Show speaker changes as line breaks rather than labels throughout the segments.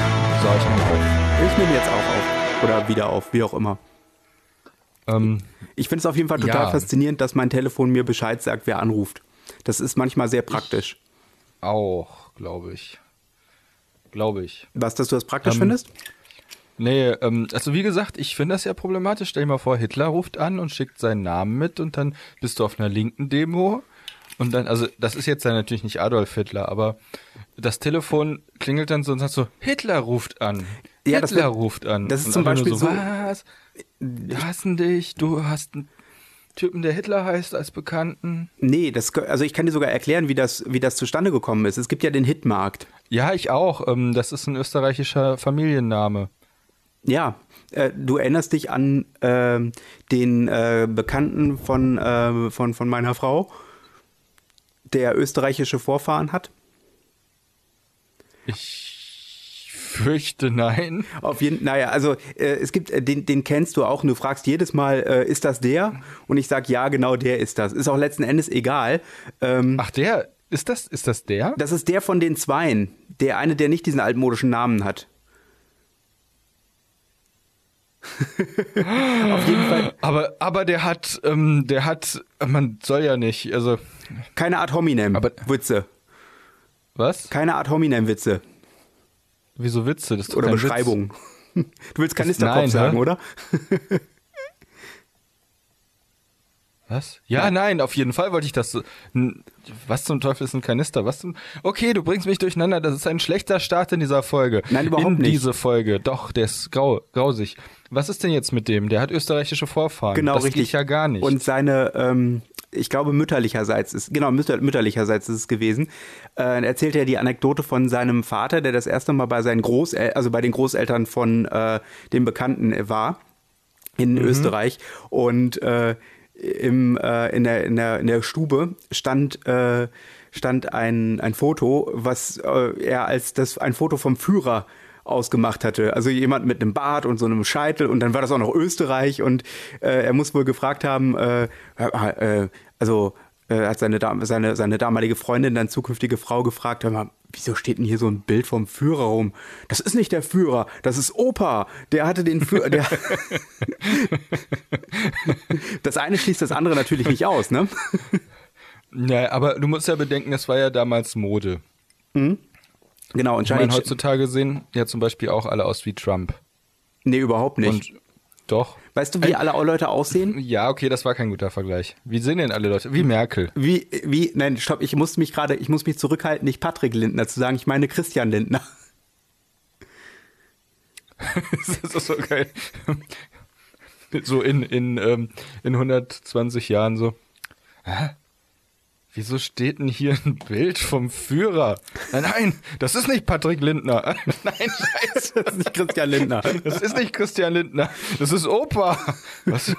Aufzeichnung auf. Ich nehme jetzt auch auf. Oder wieder auf, wie auch immer.
Ähm,
Ich finde es auf jeden Fall total
Ja.
faszinierend, dass mein Telefon mir Bescheid sagt, wer anruft. Das ist manchmal sehr praktisch.
auch, glaube ich. Glaube ich.
Was, dass du das praktisch findest?
Nee, ähm, also wie gesagt, ich finde das ja problematisch. Stell dir mal vor, Hitler ruft an und schickt seinen Namen mit und dann bist du auf einer linken Demo. Und dann, also das ist jetzt dann natürlich nicht Adolf Hitler, aber das Telefon klingelt dann so und sagt so, Hitler ruft an.
Ja, das
Hitler
wird-
ruft an.
das ist
und
zum
alle nur
Beispiel so-
Was? Die hassen dich, du hast einen Typen, der Hitler heißt, als Bekannten.
Nee, das, gö- also ich kann dir sogar erklären, wie das, wie das zustande gekommen ist. Es gibt ja den Hitmarkt.
Ja, ich auch. Ähm, das ist ein österreichischer Familienname.
Ja, äh, du erinnerst dich an ähm, den äh, Bekannten von, äh, von, von meiner Frau, der österreichische Vorfahren hat.
Ich fürchte nein.
Auf jeden naja, also äh, es gibt, äh, den, den kennst du auch und du fragst jedes Mal, äh, ist das der? Und ich sag, ja, genau der ist das. Ist auch letzten Endes egal. Ähm,
Ach, der, ist das, ist das der?
das ist der von den Zweien. Der eine, der nicht diesen altmodischen Namen hat. Auf jeden Fall
Aber, aber der hat, ähm, der hat, man soll ja nicht, also,
keine Ad hominem
Aber-
Witze.
was?
Keine Ad hominem Witze.
Wieso Witze? Das ist doch
Oder
kein Witz.
Beschreibung. Du willst Kanisterkopf
Nein, hä?
sagen, oder?
Was? Ja, nein, auf jeden Fall wollte ich das. so- N- Was zum Teufel ist ein Kanister? Was zum. Okay, du bringst mich durcheinander. Das ist ein schlechter Start in dieser Folge.
Nein, überhaupt
in
nicht.
diese Folge. Doch, der ist grau, grausig. Was ist denn jetzt mit dem? Der hat österreichische Vorfahren.
Genau,
das
richtig.
Geht ja gar nicht.
Und seine, ähm, ich glaube, mütterlicherseits ist, genau, mütter, mütterlicherseits ist es gewesen. Äh, erzählt er die Anekdote von seinem Vater, der das erste Mal bei seinen Großeltern, also bei den Großeltern von äh, dem Bekannten äh, war in Österreich. Und äh, im, äh, in, der, in, der, in der Stube stand, äh, stand ein, ein Foto, was äh, er als das ein Foto vom Führer ausgemacht hatte. Also jemand mit einem Bart und so einem Scheitel und dann war das auch noch Österreich und äh, er muss wohl gefragt haben, äh, äh, äh, also äh, hat seine, Dam- seine, seine damalige Freundin, dann zukünftige Frau gefragt, hör mal, wieso steht denn hier so ein Bild vom Führer rum? Das ist nicht der Führer, das ist Opa. Der hatte den Führer. Der das eine schließt das andere natürlich nicht aus, ne?
ja, aber du musst ja bedenken, das war ja damals Mode.
Genau,
Ich meine,
anscheinend.
heutzutage sehen ja zum Beispiel auch alle aus wie Trump.
nee, überhaupt nicht.
Und doch.
weißt du, wie alle Leute aussehen?
Ja, okay, das war kein guter Vergleich. Wie sehen denn alle Leute? Wie Merkel.
Wie, wie, nein, stopp, ich muss mich gerade, ich muss mich zurückhalten, nicht Patrick Lindner zu sagen, ich meine Christian Lindner.
das ist doch so geil. So in, in, ähm, in 120 Jahren so. Hä? Wieso steht denn hier ein Bild vom Führer? Nein, nein, das ist nicht Patrick Lindner. Nein, scheiße.
Das ist nicht Christian Lindner.
Das ist nicht Christian Lindner. Das ist Opa. Was?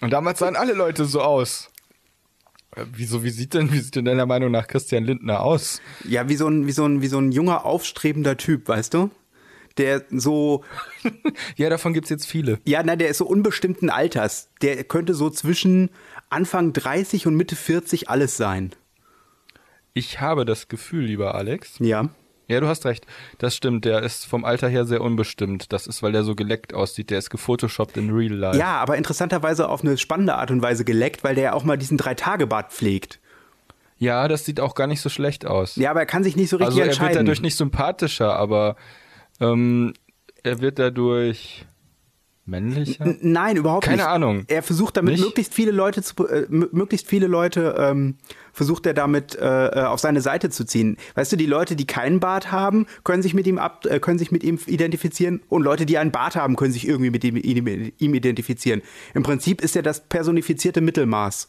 Und damals sahen alle Leute so aus. Äh, Wieso, wie sieht denn, wie sieht denn deiner Meinung nach Christian Lindner aus?
Ja, wie so ein, wie so ein, wie so ein junger, aufstrebender Typ, weißt du? Der so,
Ja, davon gibt's jetzt viele.
ja, na, der ist so unbestimmten Alters. Der könnte so zwischen Anfang 30 und Mitte 40 alles sein.
Ich habe das Gefühl, lieber Alex.
Ja.
Ja, du hast recht. Das stimmt. Der ist vom Alter her sehr unbestimmt. Das ist, weil der so geleckt aussieht. Der ist gefotoshoppt in Real Life.
Ja, aber interessanterweise auf eine spannende Art und Weise geleckt, weil der ja auch mal diesen Drei-Tage-Bart pflegt.
ja, das sieht auch gar nicht so schlecht aus.
Ja, aber er kann sich nicht so richtig
also er wird
entscheiden.
dadurch nicht sympathischer, aber ähm, er wird dadurch männlicher.
N- Nein, überhaupt
Keine
nicht.
Ahnung.
Er versucht damit
Nicht?
möglichst viele Leute zu, äh, m- möglichst viele Leute ähm, versucht er damit äh, äh, auf seine Seite zu ziehen. Weißt du, die Leute, die keinen Bart haben, können sich mit ihm ab, äh, können sich mit ihm identifizieren und Leute, die einen Bart haben, können sich irgendwie mit ihm, ihm, ihm identifizieren. Im Prinzip ist er das personifizierte Mittelmaß.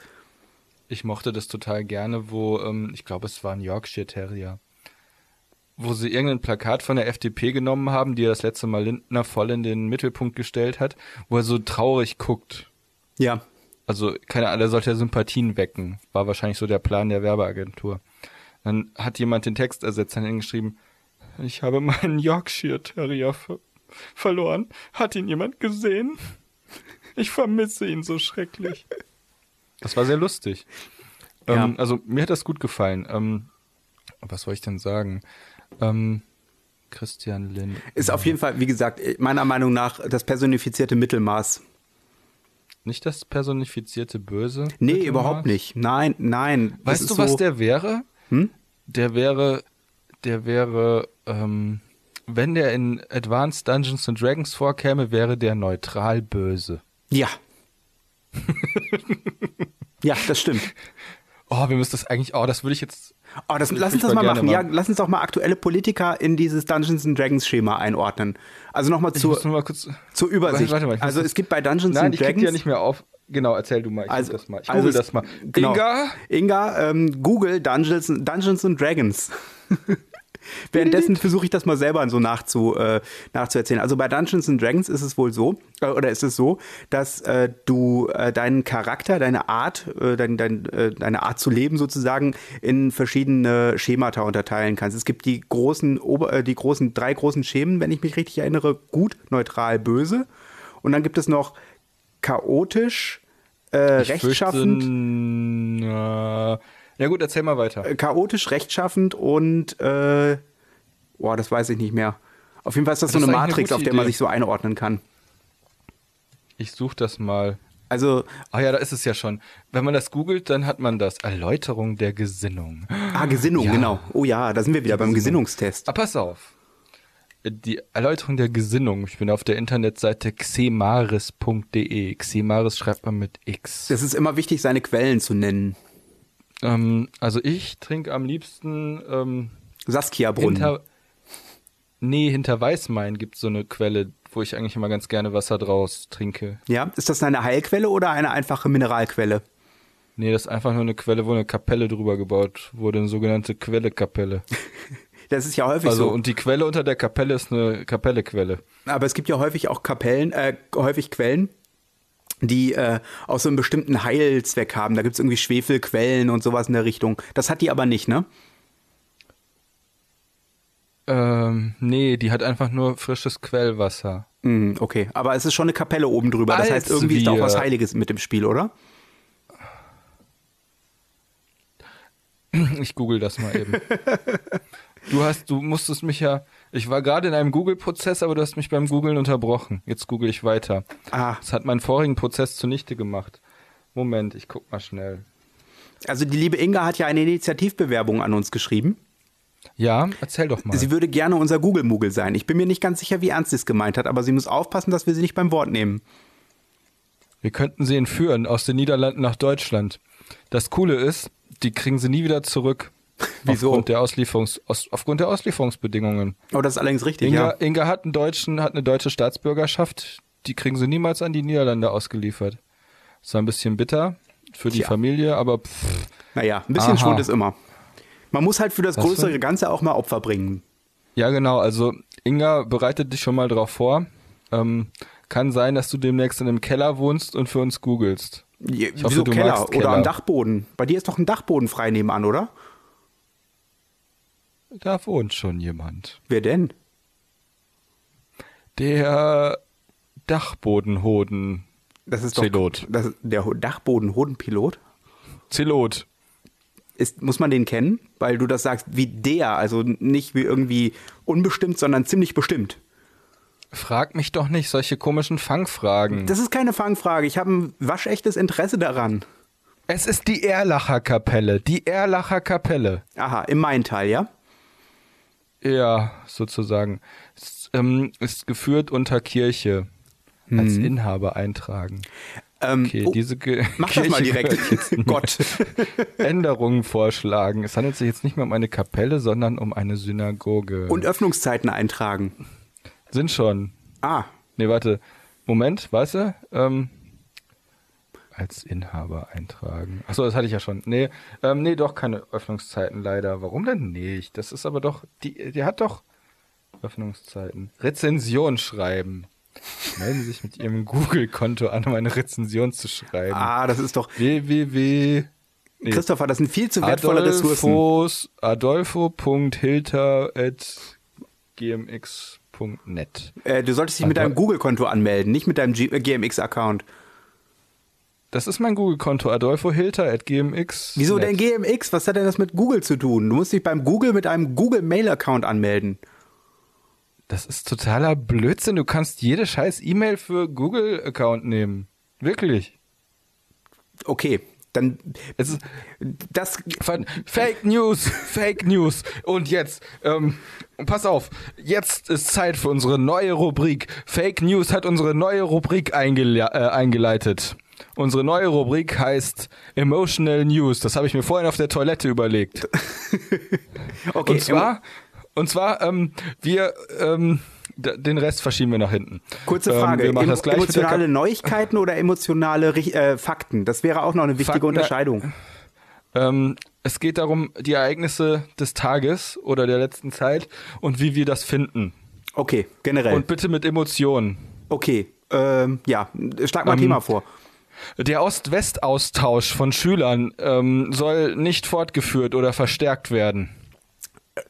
Ich mochte das total gerne, wo, ähm, ich glaube, es war ein Yorkshire Terrier, wo sie irgendein Plakat von der FDP genommen haben, die ja das letzte Mal Lindner voll in den Mittelpunkt gestellt hat, wo er so traurig guckt.
Ja.
Also, keine Ahnung, er sollte ja Sympathien wecken. War wahrscheinlich so der Plan der Werbeagentur. Dann hat jemand den Text ersetzt, hat hingeschrieben, ich habe meinen Yorkshire Terrier ver verloren. Hat ihn jemand gesehen? Ich vermisse ihn so schrecklich. Das war sehr lustig.
Ja.
Ähm, also, mir hat das gut gefallen. Ähm, was soll ich denn sagen? Ähm, Christian Lind.
Ist auf jeden Fall, wie gesagt, äh, meiner Meinung nach das personifizierte Mittelmaß.
Nicht das personifizierte Böse?
Nee, überhaupt nicht. Nein, nein. das
Weißt
ist
du, was
so-
der wäre?
Hm?
Der wäre, der wäre, ähm, wenn der in Advanced Dungeons and Dragons vorkäme, wäre der neutral böse.
Ja. ja, das stimmt.
Oh, wir müssen das eigentlich, oh, das würde ich jetzt,
Oh, das,
Das würd
lass uns
ich
das
mal
mal
gerne
machen. Ja,
machen.
lass uns doch mal aktuelle Politiker in dieses Dungeons and Dragons Schema einordnen. Also nochmal
ich
zur,
muss nur mal kurz,
zur Übersicht.
Warte mal, ich muss
also
das-
es gibt bei Dungeons
nein,
and
ich krieg die ja
Dragons
nicht mehr auf. Genau, erzähl du mal, ich
also,
guck das mal, ich
also
google
es-
das mal.
Genau.
Inga,
Inga, ähm, Google Dungeons, Dungeons and Dragons. Währenddessen versuche ich das mal selber so nachzu, äh, nachzuerzählen. Also bei Dungeons and Dragons ist es wohl so, äh, oder ist es so, dass äh, du äh, deinen Charakter, deine Art, äh, dein, dein, äh, deine Art zu leben sozusagen in verschiedene Schemata unterteilen kannst. Es gibt die großen, Ober äh, die großen, drei großen Schemen, wenn ich mich richtig erinnere, gut, neutral, böse. Und dann gibt es noch chaotisch, äh,
Ich
rechtschaffend.
fürchte, na, äh, ja gut, erzähl mal weiter.
äh, chaotisch, rechtschaffend und äh, boah, das weiß ich nicht mehr. Auf jeden Fall ist das,
Das
so
ist
eine
eigentlich eine
Matrix,
gute
auf der man
Idee.
sich so einordnen kann.
Ich suche das mal.
Also,
Ah ja, da ist es ja schon. Wenn man das googelt, dann hat man das. Erläuterung der Gesinnung.
ah, Gesinnung,
Ja.
genau. Oh ja, da sind wir wieder beim Gesinnungstest.
Ah, pass auf. Die Erläuterung der Gesinnung. Ich bin auf der Internetseite xemaris.de. Xemaris schreibt man mit X.
Es ist immer wichtig, seine Quellen zu nennen.
Ähm, also ich trinke am liebsten ähm,
Saskia Brunnen.
hinter. Nee, hinter Weißmain gibt es so eine Quelle, wo ich eigentlich immer ganz gerne Wasser draus trinke.
ja, ist das eine Heilquelle oder eine einfache Mineralquelle?
Nee, das ist einfach nur eine Quelle, wo eine Kapelle drüber gebaut wurde, eine sogenannte Quelle-Kapelle.
Das ist ja häufig
Also,
so.
und die Quelle unter der Kapelle ist eine Kapelle-Quelle.
Aber es gibt ja häufig auch Kapellen, äh, häufig Quellen, die äh, auch so einen bestimmten Heilzweck haben. Da gibt es irgendwie Schwefelquellen und sowas in der Richtung. Das hat die aber nicht, ne?
Ähm, nee, die hat einfach nur frisches Quellwasser.
Hm, Okay, aber es ist schon eine Kapelle oben drüber. Das
Als
heißt, irgendwie ist da auch
wir-
was Heiliges mit dem Spiel, oder?
Ich google das mal eben. du hast, du musstest mich ja, ich war gerade in einem Google-Prozess, aber du hast mich beim Googlen unterbrochen. Jetzt google ich weiter.
Ah,
Das hat meinen vorigen Prozess zunichte gemacht. Moment, ich guck mal schnell.
also die liebe Inga hat ja eine Initiativbewerbung an uns geschrieben.
Ja, erzähl doch mal.
Sie würde gerne unser Google-Mugel sein. Ich bin mir nicht ganz sicher, wie ernst sie es gemeint hat, aber sie muss aufpassen, dass wir sie nicht beim Wort nehmen.
Wir könnten sie entführen aus den Niederlanden nach Deutschland. Das Coole ist, die kriegen sie nie wieder zurück.
Wieso?
Aufgrund der, Auslieferungs aus, aufgrund der Auslieferungsbedingungen.
Oh, das ist allerdings richtig,
Inga,
ja.
Inga hat, einen deutschen, hat eine deutsche Staatsbürgerschaft. Die kriegen sie niemals an die Niederlande ausgeliefert. Ist zwar ein bisschen bitter für die
Tja.
Familie, aber pff,
Naja, ein
Aha.
bisschen Schuld ist immer. Man muss halt für das
Was
größere
für-
Ganze auch mal Opfer bringen.
ja genau. Also Inga, bereitet dich schon mal drauf vor. Ähm, kann sein, dass du demnächst in einem Keller wohnst und für uns googelst.
Je-
hoffe,
Wieso
du
Keller
magst
oder am
Keller.
Dachboden? Bei dir ist doch ein Dachboden frei nebenan, oder?
Da wohnt schon jemand.
Wer denn?
Der Dachbodenhoden.
Das ist doch
Zelot.
Das, der Ho- Dachboden-Hodenpilot.
Zilot.
ist, muss man den kennen? Weil du das sagst, wie der, also nicht wie irgendwie unbestimmt, sondern ziemlich bestimmt.
Frag mich doch nicht solche komischen Fangfragen.
Das ist keine Fangfrage. Ich habe ein waschechtes Interesse daran.
es ist die Erlacher Kapelle. Die Erlacher Kapelle.
Aha, im Main-Teil, ja?
Ja, sozusagen. Ist, ähm, ist geführt unter Kirche. Als Inhaber eintragen.
Ähm,
Okay,
Mhm. oh,
diese Ge
mach das mal
Kirche-
direkt. Gott.
Änderungen vorschlagen. Es handelt sich jetzt nicht mehr um eine Kapelle, sondern um eine Synagoge.
Und Öffnungszeiten eintragen.
Sind schon.
Ah,
Nee, warte. Moment, weißt du? Ähm, als Inhaber eintragen. Achso, das hatte ich ja schon. Nee, ähm, nee, doch keine Öffnungszeiten leider. Warum denn nicht? Das ist aber doch, die, die hat doch Öffnungszeiten. Rezension schreiben. Melden Sie sich mit Ihrem Google-Konto an, um eine Rezension zu schreiben.
ah, das ist doch.
www. Nee.
Christopher, das sind viel zu wertvolle Ressourcen.
Adolfos, adolfo.hilter.gmx.net.
Äh, du solltest dich mit
Adol-
deinem Google-Konto anmelden, nicht mit deinem G- äh, GMX-Account.
Das ist mein Google-Konto, Adolfo Hilter at gmx.
Wieso denn GMX? Was hat denn das mit Google zu tun? Du musst dich beim Google mit einem Google-Mail-Account anmelden.
Das ist totaler Blödsinn. Du kannst jede scheiß E-Mail für Google-Account nehmen. Wirklich.
Okay, dann
Es ist
das
Ver- Fake News, Fake News. Und jetzt, ähm, pass auf, jetzt ist Zeit für unsere neue Rubrik. Fake News hat unsere neue Rubrik eingele äh, eingeleitet. Unsere neue Rubrik heißt Emotional News. Das habe ich mir vorhin auf der Toilette überlegt.
okay,
Und zwar, und zwar, ähm, wir, ähm, d- den Rest verschieben wir nach hinten.
Kurze
Ähm,
Frage.
wir machen
Emo-
das gleich mit der
emotionale
Kap-
Neuigkeiten oder emotionale Rich- äh, Fakten? Das wäre auch noch eine wichtige
Fakten- äh,
Unterscheidung.
Ähm, es geht darum, die Ereignisse des Tages oder der letzten Zeit und wie wir das finden.
Okay, generell.
Und bitte mit Emotionen.
okay, ähm, ja, schlag mal ein
Ähm,
Thema vor.
Der Ost-West-Austausch von Schülern ähm, soll nicht fortgeführt oder verstärkt werden.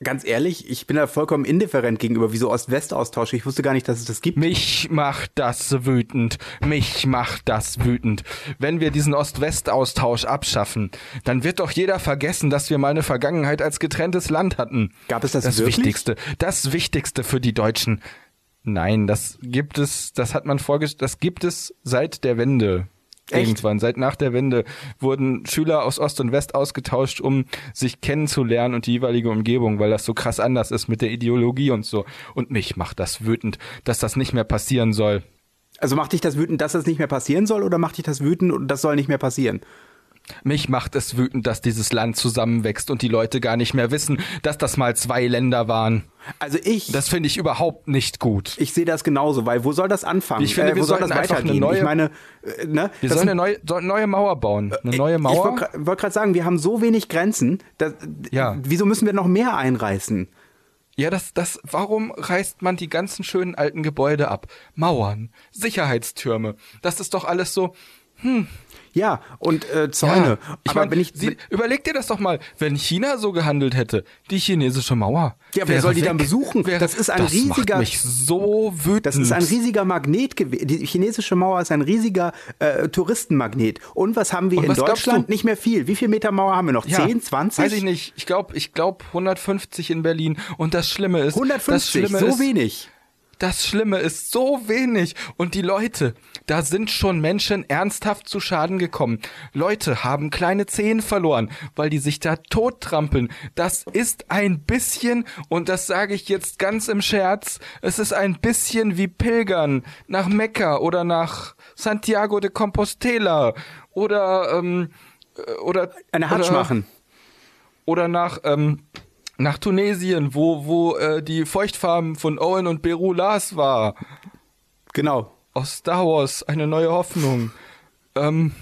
Ganz ehrlich, ich bin da vollkommen indifferent gegenüber, wieso Ost-West-Austausch. Ich wusste gar nicht, dass es das gibt.
Mich macht das wütend. Mich macht das wütend. Wenn wir diesen Ost-West-Austausch abschaffen, dann wird doch jeder vergessen, dass wir mal eine Vergangenheit als getrenntes Land hatten.
Gab es das
das
wirklich?
Wichtigste? Das Wichtigste für die Deutschen. Nein, das gibt es, das hat man vorgestellt, das gibt es seit der Wende.
Echt?
Irgendwann, seit nach der Wende wurden Schüler aus Ost und West ausgetauscht, um sich kennenzulernen und die jeweilige Umgebung, weil das so krass anders ist mit der Ideologie und so. Und mich macht das wütend, dass das nicht mehr passieren soll.
Also macht dich das wütend, dass das nicht mehr passieren soll oder macht dich das wütend und das soll nicht mehr passieren?
Mich macht es wütend, dass dieses Land zusammenwächst und die Leute gar nicht mehr wissen, dass das mal zwei Länder waren.
Also ich,
Das finde ich überhaupt nicht gut.
ich sehe das genauso, weil wo soll das anfangen?
Ich finde,
äh, wo
wir
soll
sollten
das
einfach
weitergehen?
eine neue-
ich meine, äh, ne?
Wir
das
sollen eine neue, sollten neue Mauer bauen. Eine neue
Ich
Mauer.
wollte gerade wollt grad sagen, wir haben so wenig Grenzen, dass,
Ja.
wieso müssen wir noch mehr einreißen?
Ja, das, das, warum reißt man die ganzen schönen alten Gebäude ab? Mauern, Sicherheitstürme, das ist doch alles so.
Ja, und äh, Zäune.
Ja,
Aber
mein,
wenn ich,
Sie, überleg dir das doch mal, wenn China so gehandelt hätte, die chinesische Mauer.
Ja, wer
wäre
soll die
weg,
dann besuchen?
Wäre,
Das ist ein
das
riesiger-
Macht mich so wütend.
das ist ein riesiger Magnet gewesen. Die chinesische Mauer ist ein riesiger äh, Touristenmagnet. Und was haben wir in
was glaubst
Deutschland?
du?
Nicht mehr viel. Wie viel Meter Mauer haben wir noch?
Ja,
10, 20?
Weiß ich nicht. Ich glaube, ich glaube 150 in Berlin. Und das Schlimme ist, das
150,
Schlimme
so
ist,
wenig.
Das Schlimme ist so wenig. Und die Leute, da sind schon Menschen ernsthaft zu Schaden gekommen. Leute haben kleine Zehen verloren, weil die sich da tottrampeln. Das ist ein bisschen, und das sage ich jetzt ganz im Scherz, es ist ein bisschen wie Pilgern nach Mekka oder nach Santiago de Compostela oder, ähm, äh, oder,
Eine Hatsch
oder-
machen.
oder nach ähm, nach Tunesien, wo wo äh, die Feuchtfarben von Owen und Beru Lars war.
Genau.
Aus Star Wars eine neue Hoffnung. ähm,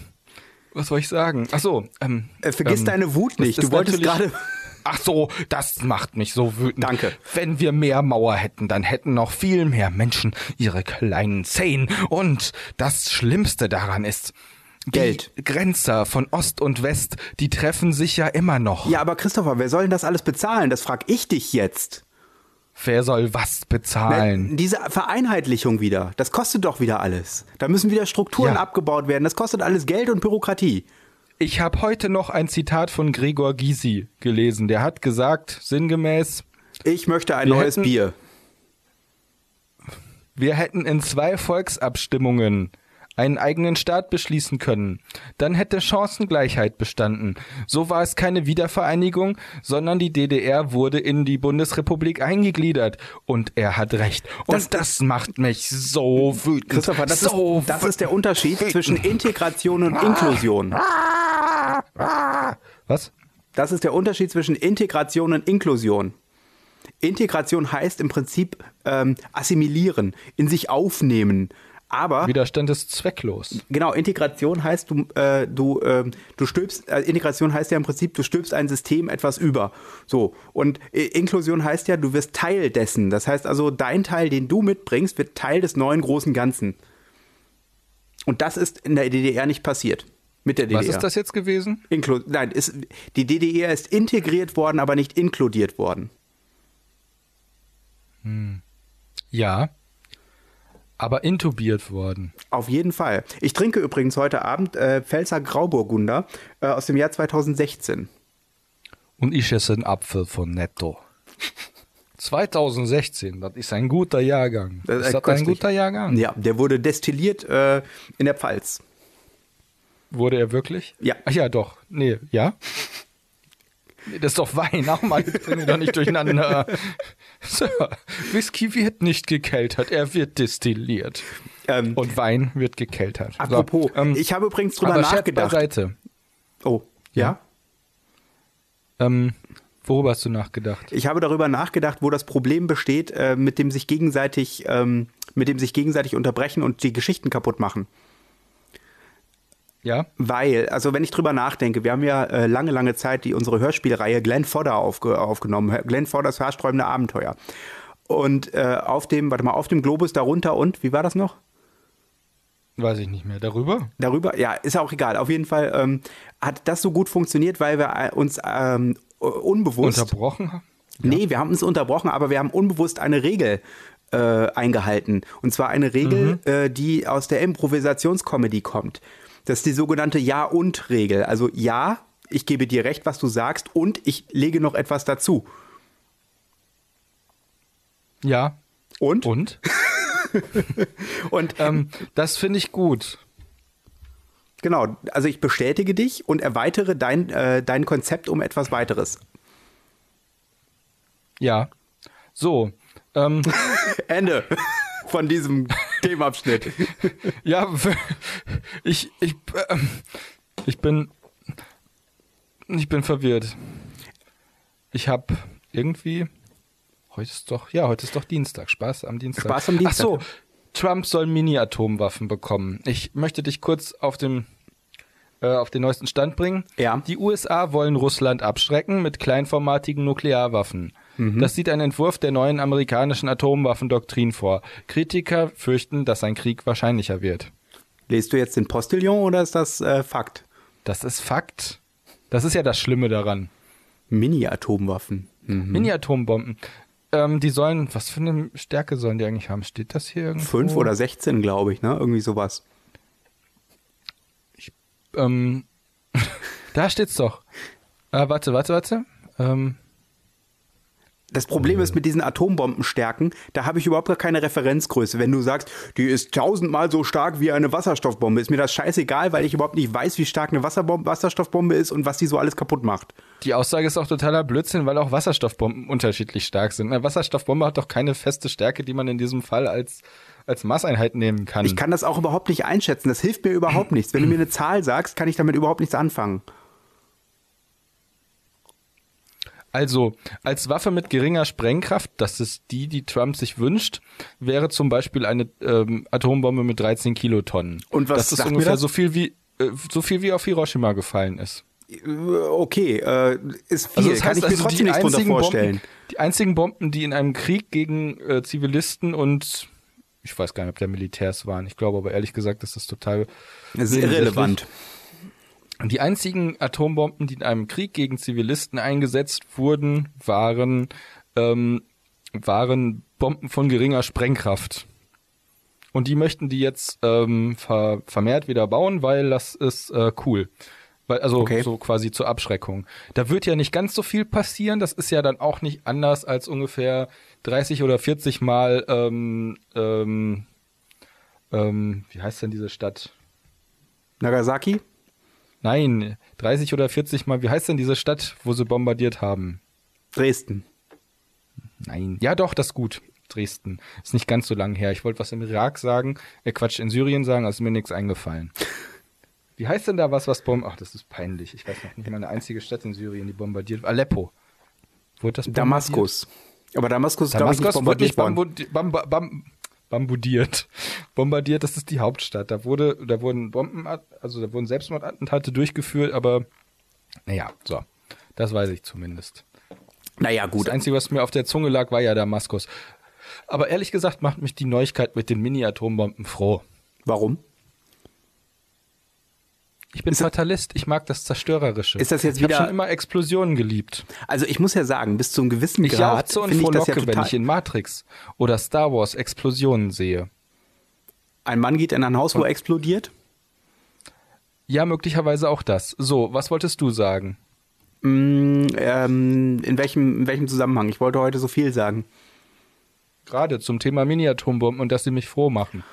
was soll ich sagen? Ach so, ähm,
Äh, vergiss
ähm,
deine Wut
das
nicht.
ist
Du wolltest
natürlich-
gerade.
Ach so, das macht mich so wütend.
Danke.
Wenn wir mehr Mauer hätten, dann hätten noch viel mehr Menschen ihre kleinen Zehen. Und das Schlimmste daran ist, die
Geld.
Grenzer von Ost und West, die treffen sich ja immer noch.
Ja, aber Christopher, wer soll denn das alles bezahlen? Das frag ich dich jetzt.
Wer soll was bezahlen?
Diese Vereinheitlichung wieder, das kostet doch wieder alles. Da müssen wieder Strukturen
Ja.
abgebaut werden. Das kostet alles Geld und Bürokratie.
Ich habe heute noch ein Zitat von Gregor Gysi gelesen. Der hat gesagt, sinngemäß,
Ich möchte ein
Wir
neues
hätten-
Bier.
wir hätten in zwei Volksabstimmungen einen eigenen Staat beschließen können. Dann hätte Chancengleichheit bestanden. So war es keine Wiedervereinigung, sondern die DDR wurde in die Bundesrepublik eingegliedert. Und er hat recht. Und
Das-
das, macht mich so wütend.
Christopher, das,
so
ist, das
wü-
ist der Unterschied zwischen Integration und Inklusion.
Was?
Das ist der Unterschied zwischen Integration und Inklusion. Integration heißt im Prinzip ähm, assimilieren, in sich aufnehmen. Aber
Widerstand ist zwecklos.
genau, Integration heißt, du, äh, du, ähm, du stülpst, äh, Integration heißt ja im Prinzip, du stülpst ein System etwas über. So. Und äh, Inklusion heißt ja, du wirst Teil dessen. Das heißt also, dein Teil, den du mitbringst, wird Teil des neuen großen Ganzen. Und das ist in der DDR nicht passiert. Mit der DDR.
Was ist das jetzt gewesen?
Inklu Nein, ist, die DDR ist integriert worden, aber nicht inkludiert worden.
Ja. Aber intubiert worden.
Auf jeden Fall. Ich trinke übrigens heute Abend äh, Pfälzer Grauburgunder äh, aus dem Jahr 2016.
Und ich esse einen Apfel von Netto. 2016, das ist ein guter Jahrgang.
Das ist
ist das ein
Äh, köstlich.
guter Jahrgang?
Ja, der wurde destilliert äh, in der Pfalz.
Wurde er wirklich?
Ja.
Ach ja, doch. Nee, ja. Nee, Das ist doch Wein, auch mal, jetzt bringen wir doch nicht durcheinander. So, Whisky wird nicht gekeltert, er wird destilliert.
Ähm,
Und Wein wird gekeltert.
apropos,
so, ähm,
ich habe übrigens drüber
aber also Scherz
nachgedacht.
Beiseite.
Oh, ja?
Ähm, worüber hast du nachgedacht?
Ich habe darüber nachgedacht, wo das Problem besteht, äh, mit dem sich gegenseitig, ähm, mit dem sich gegenseitig unterbrechen und die Geschichten kaputt machen.
Ja?
Weil, also wenn ich drüber nachdenke, wir haben ja äh, lange, lange Zeit die unsere Hörspielreihe Glenn Fodder aufge aufgenommen. Glenn Fodders haarsträubende Abenteuer. Und äh, auf dem, warte mal, auf dem Globus darunter und, wie war das noch?
Weiß ich nicht mehr. Darüber?
darüber, ja, ist auch egal. Auf jeden Fall ähm, hat das so gut funktioniert, weil wir äh, uns ähm, u- unbewusst.
Unterbrochen haben?
nee, wir haben uns unterbrochen, aber wir haben unbewusst eine Regel äh, eingehalten. Und zwar eine Regel, äh, die aus der Improvisationscomedy kommt. Das ist die sogenannte Ja-und-Regel. Also ja, ich gebe dir recht, was du sagst, und ich lege noch etwas dazu.
Ja.
Und? Und,
Und? Oh. ähm, das finde ich gut.
genau, also ich bestätige dich und erweitere dein, äh, dein Konzept um etwas weiteres.
Ja. So. Ähm,
Ende von diesem Themenabschnitt.
ja, ich, ich, ähm, ich bin, ich bin verwirrt. Ich habe irgendwie, heute ist doch, ja, heute ist doch Dienstag. Spaß am Dienstag.
Spaß am Dienstag.
Ach so, Trump soll Mini-Atomwaffen bekommen. Ich möchte dich kurz auf dem äh, auf den neuesten Stand bringen.
Ja.
Die USA wollen Russland abschrecken mit kleinformatigen Nuklearwaffen.
Mhm.
Das sieht ein Entwurf der neuen amerikanischen Atomwaffendoktrin vor. Kritiker fürchten, dass ein Krieg wahrscheinlicher wird.
Lest du jetzt den Postillon oder ist das äh, Fakt?
Das ist Fakt. Das ist ja das Schlimme daran.
Mini-Atomwaffen. Hm.
Mini-Atombomben. Ähm, die sollen, was für eine Stärke sollen die eigentlich haben? Steht das hier irgendwo?
Fünf oder 16, glaube ich, ne? Irgendwie sowas.
Ähm, da steht's doch. Äh, warte, warte, warte. Ähm,
Das Problem
Mhm.
ist mit diesen Atombombenstärken, da habe ich überhaupt gar keine Referenzgröße. Wenn du sagst, die ist tausendmal so stark wie eine Wasserstoffbombe, ist mir das scheißegal, weil ich überhaupt nicht weiß, wie stark eine Wasserbom- Wasserstoffbombe ist und was die so alles kaputt macht.
die Aussage ist auch totaler Blödsinn, weil auch Wasserstoffbomben unterschiedlich stark sind. Eine Wasserstoffbombe hat doch keine feste Stärke, die man in diesem Fall als, als Maßeinheit nehmen kann.
Ich kann das auch überhaupt nicht einschätzen. Das hilft mir überhaupt nichts. Wenn du mir eine Zahl sagst, kann ich damit überhaupt nichts anfangen.
Also, als Waffe mit geringer Sprengkraft, das ist die, die Trump sich wünscht, wäre zum Beispiel eine ähm, Atombombe mit 13 Kilotonnen.
Und was
das ist
sagt mir
ungefähr
das?
so viel wie äh, so viel wie auf Hiroshima gefallen ist.
Äh, Okay, äh, ist viel.
das
kann ich mir
also
trotzdem nichts drunter vorstellen.
Bomben, die einzigen Bomben, die in einem Krieg gegen äh, Zivilisten und ich weiß gar nicht, ob der Militärs waren. Ich glaube aber ehrlich gesagt, dass das total
Das ist irrelevant.
Die einzigen Atombomben, die in einem Krieg gegen Zivilisten eingesetzt wurden, waren, ähm, waren Bomben von geringer Sprengkraft. Und die möchten die jetzt ähm, ver vermehrt wieder bauen, weil das ist äh, cool. Weil, also
Okay.
so quasi zur Abschreckung. Da wird ja nicht ganz so viel passieren. Das ist ja dann auch nicht anders als ungefähr 30 oder 40 Mal, ähm, ähm, ähm, wie heißt denn diese Stadt?
Nagasaki?
Nein, 30 oder 40 Mal. Wie heißt denn diese Stadt, wo sie bombardiert haben?
Dresden.
Nein. Ja, doch, das ist gut. Dresden. Ist nicht ganz so lang her. Ich wollte was im Irak sagen. Äh, Quatsch, in Syrien sagen, also ist mir nichts eingefallen. Wie heißt denn da was, was bomb... Ach, das ist peinlich. Ich weiß noch nicht mal eine einzige Stadt in Syrien, die bombardiert... Aleppo. Wurde das bombardiert?
Damaskus. Aber Damaskus, ist, glaube ich, nicht
Damaskus wurde
bombardiert
nicht
worden.
bambu- bam, bam, bambudiert. Bombardiert, das ist die Hauptstadt. Da wurde, da wurden Bomben, also da wurden Selbstmordattentate durchgeführt, aber naja, so. Das weiß ich zumindest.
Naja, gut.
Das Einzige, was mir auf der Zunge lag, war ja Damaskus. Aber ehrlich gesagt macht mich die Neuigkeit mit den Mini-Atombomben froh.
Warum?
Ich bin Fatalist, ich mag das Zerstörerische.
Ist das jetzt
ich habe
wieder-
schon immer Explosionen geliebt.
Also ich muss ja sagen, bis zu einem gewissen
Ich
Grad
jauchze und
finde ich das ja
frohlocke, wenn
total.
ich in Matrix oder Star Wars Explosionen sehe.
ein Mann geht in ein Haus, wo er explodiert.
Ja, möglicherweise auch das. So, was wolltest du sagen?
mh, ähm, in, welchem, in welchem Zusammenhang? Ich wollte heute so viel sagen.
Gerade zum Thema Mini-Atombomben und dass sie mich froh machen.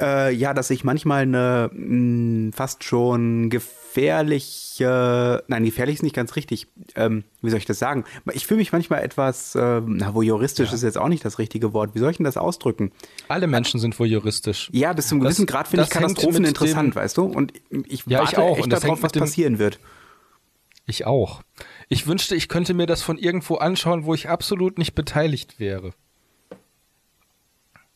Äh, ja, dass ich manchmal eine mh, fast schon gefährliche, nein, gefährlich ist nicht ganz richtig. Ähm, wie soll ich das sagen? Ich fühle mich manchmal etwas, äh, na, voyeuristisch
Ja.
ist jetzt auch nicht das richtige Wort. Wie soll ich denn das ausdrücken?
Alle Menschen sind wohl juristisch.
Ja, bis zum
Das-
gewissen Grad finde ich
das hängt
Katastrophen
mit dem-
interessant, weißt du? Und ich
Ja,
warte
ich auch.
echt
Und das
darauf,
hängt
was
mit dem-
passieren wird.
Ich auch. Ich wünschte, ich könnte mir das von irgendwo anschauen, wo ich absolut nicht beteiligt wäre.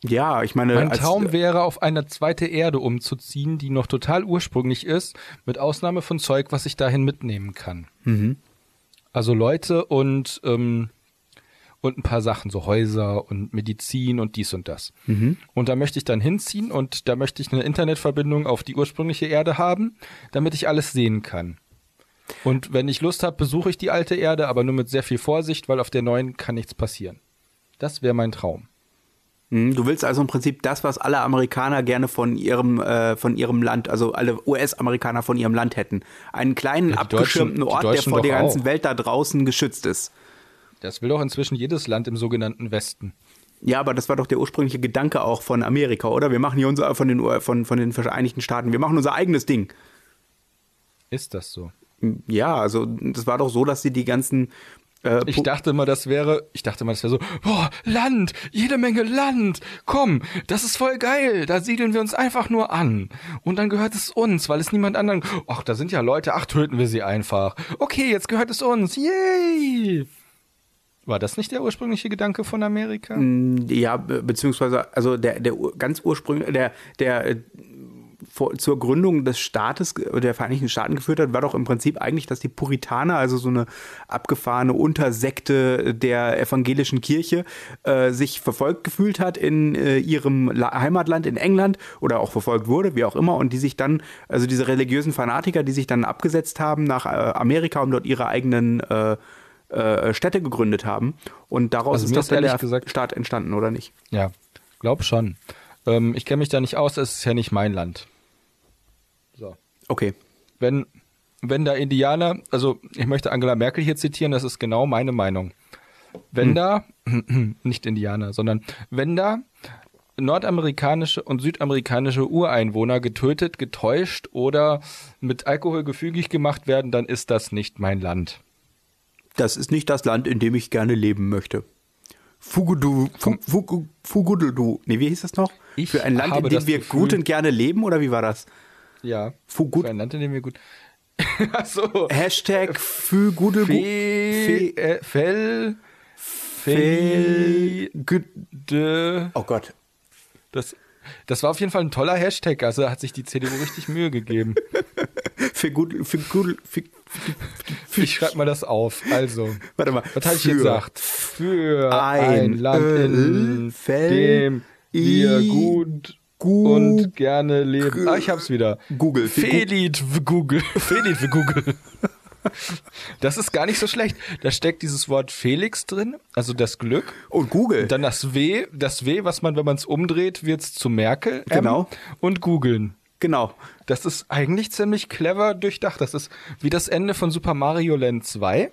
Ja, ich meine,
Mein
als-
Traum wäre, auf eine zweite Erde umzuziehen, die noch total ursprünglich ist, mit Ausnahme von Zeug, was ich dahin mitnehmen kann.
Mhm.
Also Leute und, ähm, und ein paar Sachen, so Häuser und Medizin und dies und das.
Mhm.
Und da möchte ich dann hinziehen und da möchte ich eine Internetverbindung auf die ursprüngliche Erde haben, damit ich alles sehen kann. Und wenn ich Lust habe, besuche ich die alte Erde, aber nur mit sehr viel Vorsicht, weil auf der neuen kann nichts passieren. Das wäre mein Traum.
Hm, Du willst also im Prinzip das, was alle Amerikaner gerne von ihrem, äh, von ihrem Land, also alle US-Amerikaner von ihrem Land hätten. Einen kleinen
die Deutschen-
abgeschirmten
die
Ort, der
Deutschen
vor der
doch
ganzen
auch.
Welt da draußen geschützt ist.
Das will doch inzwischen jedes Land im sogenannten Westen.
Ja, aber das war doch der ursprüngliche Gedanke auch von Amerika, oder? Wir machen hier unser, von den, U- von, von den Vereinigten Staaten, wir machen unser eigenes Ding.
Ist das so?
Ja, also das war doch so, dass sie die ganzen äh,
Ich
Pu-
dachte immer, das wäre, ich dachte immer, das wäre so, boah, Land, jede Menge Land, komm, das ist voll geil, da siedeln wir uns einfach nur an. Und dann gehört es uns, weil es niemand anderen, ach, da sind ja Leute, ach, töten wir sie einfach. Okay, jetzt gehört es uns, yay! War das nicht der ursprüngliche Gedanke von Amerika?
Ja, be- beziehungsweise, also der, der Ur- ganz ursprünglich, der, der äh, vor, zur Gründung des Staates, äh, der Vereinigten Staaten geführt hat, war doch im Prinzip eigentlich, dass die Puritaner, also so eine abgefahrene Untersekte der evangelischen Kirche, äh, sich verfolgt gefühlt hat in äh, ihrem La Heimatland in England oder auch verfolgt wurde, wie auch immer, und die sich dann, also diese religiösen Fanatiker, die sich dann abgesetzt haben nach äh, Amerika, um dort ihre eigenen äh, äh, Städte gegründet haben. Und daraus
Also
ist
mir
doch
ist
dann
ehrlich
der
gesagt-
Staat entstanden, oder nicht?
Ja, glaub schon. Ähm, ich kenne mich da nicht aus, es ist ja nicht mein Land. So.
Okay.
wenn, wenn da Indianer, also ich möchte Angela Merkel hier zitieren, das ist genau meine Meinung.
Hm.
Wenn da, nicht Indianer, sondern wenn da nordamerikanische und südamerikanische Ureinwohner getötet, getäuscht oder mit Alkohol gefügig gemacht werden, dann ist das nicht mein Land.
Das ist nicht das Land, in dem ich gerne leben möchte. Fugudu, Fu- Fugu, Fugudu, nee, wie hieß das noch?
Ich
Für ein Land,
habe
in dem
das
wir
Gefühl-
gut und gerne leben, oder wie war das?
Ja.
Fu- gut. Äh,
Für ein Land, in dem wir gut. Ach so.
Hashtag Fugudu,
Äh, Fe, äh, Fell, Fe, Güde.
Oh Gott.
Das, das war auf jeden Fall ein toller Hashtag. Also da hat sich die CDU richtig Mühe gegeben.
Fugudu, Fugudu, Fugudu,
Ich schreibe mal das auf. Also,
Warte mal.
was habe ich
Für
gesagt? Für
ein
ein, Land in
Ölfeld
dem wir
i-
gut,
gut
und gerne leben.
g-
Ah, ich hab's wieder.
Google.
Felit v Google. Felit v Google. Das ist gar nicht so schlecht. Da steckt dieses Wort Felix drin, also das Glück.
Und Google.
Und dann das W, das W, was man, wenn man es umdreht, wird's zu Merkel. M,
Genau.
Und googeln.
genau.
Das ist eigentlich ziemlich clever durchdacht. Das ist wie das Ende von Super Mario Land 2,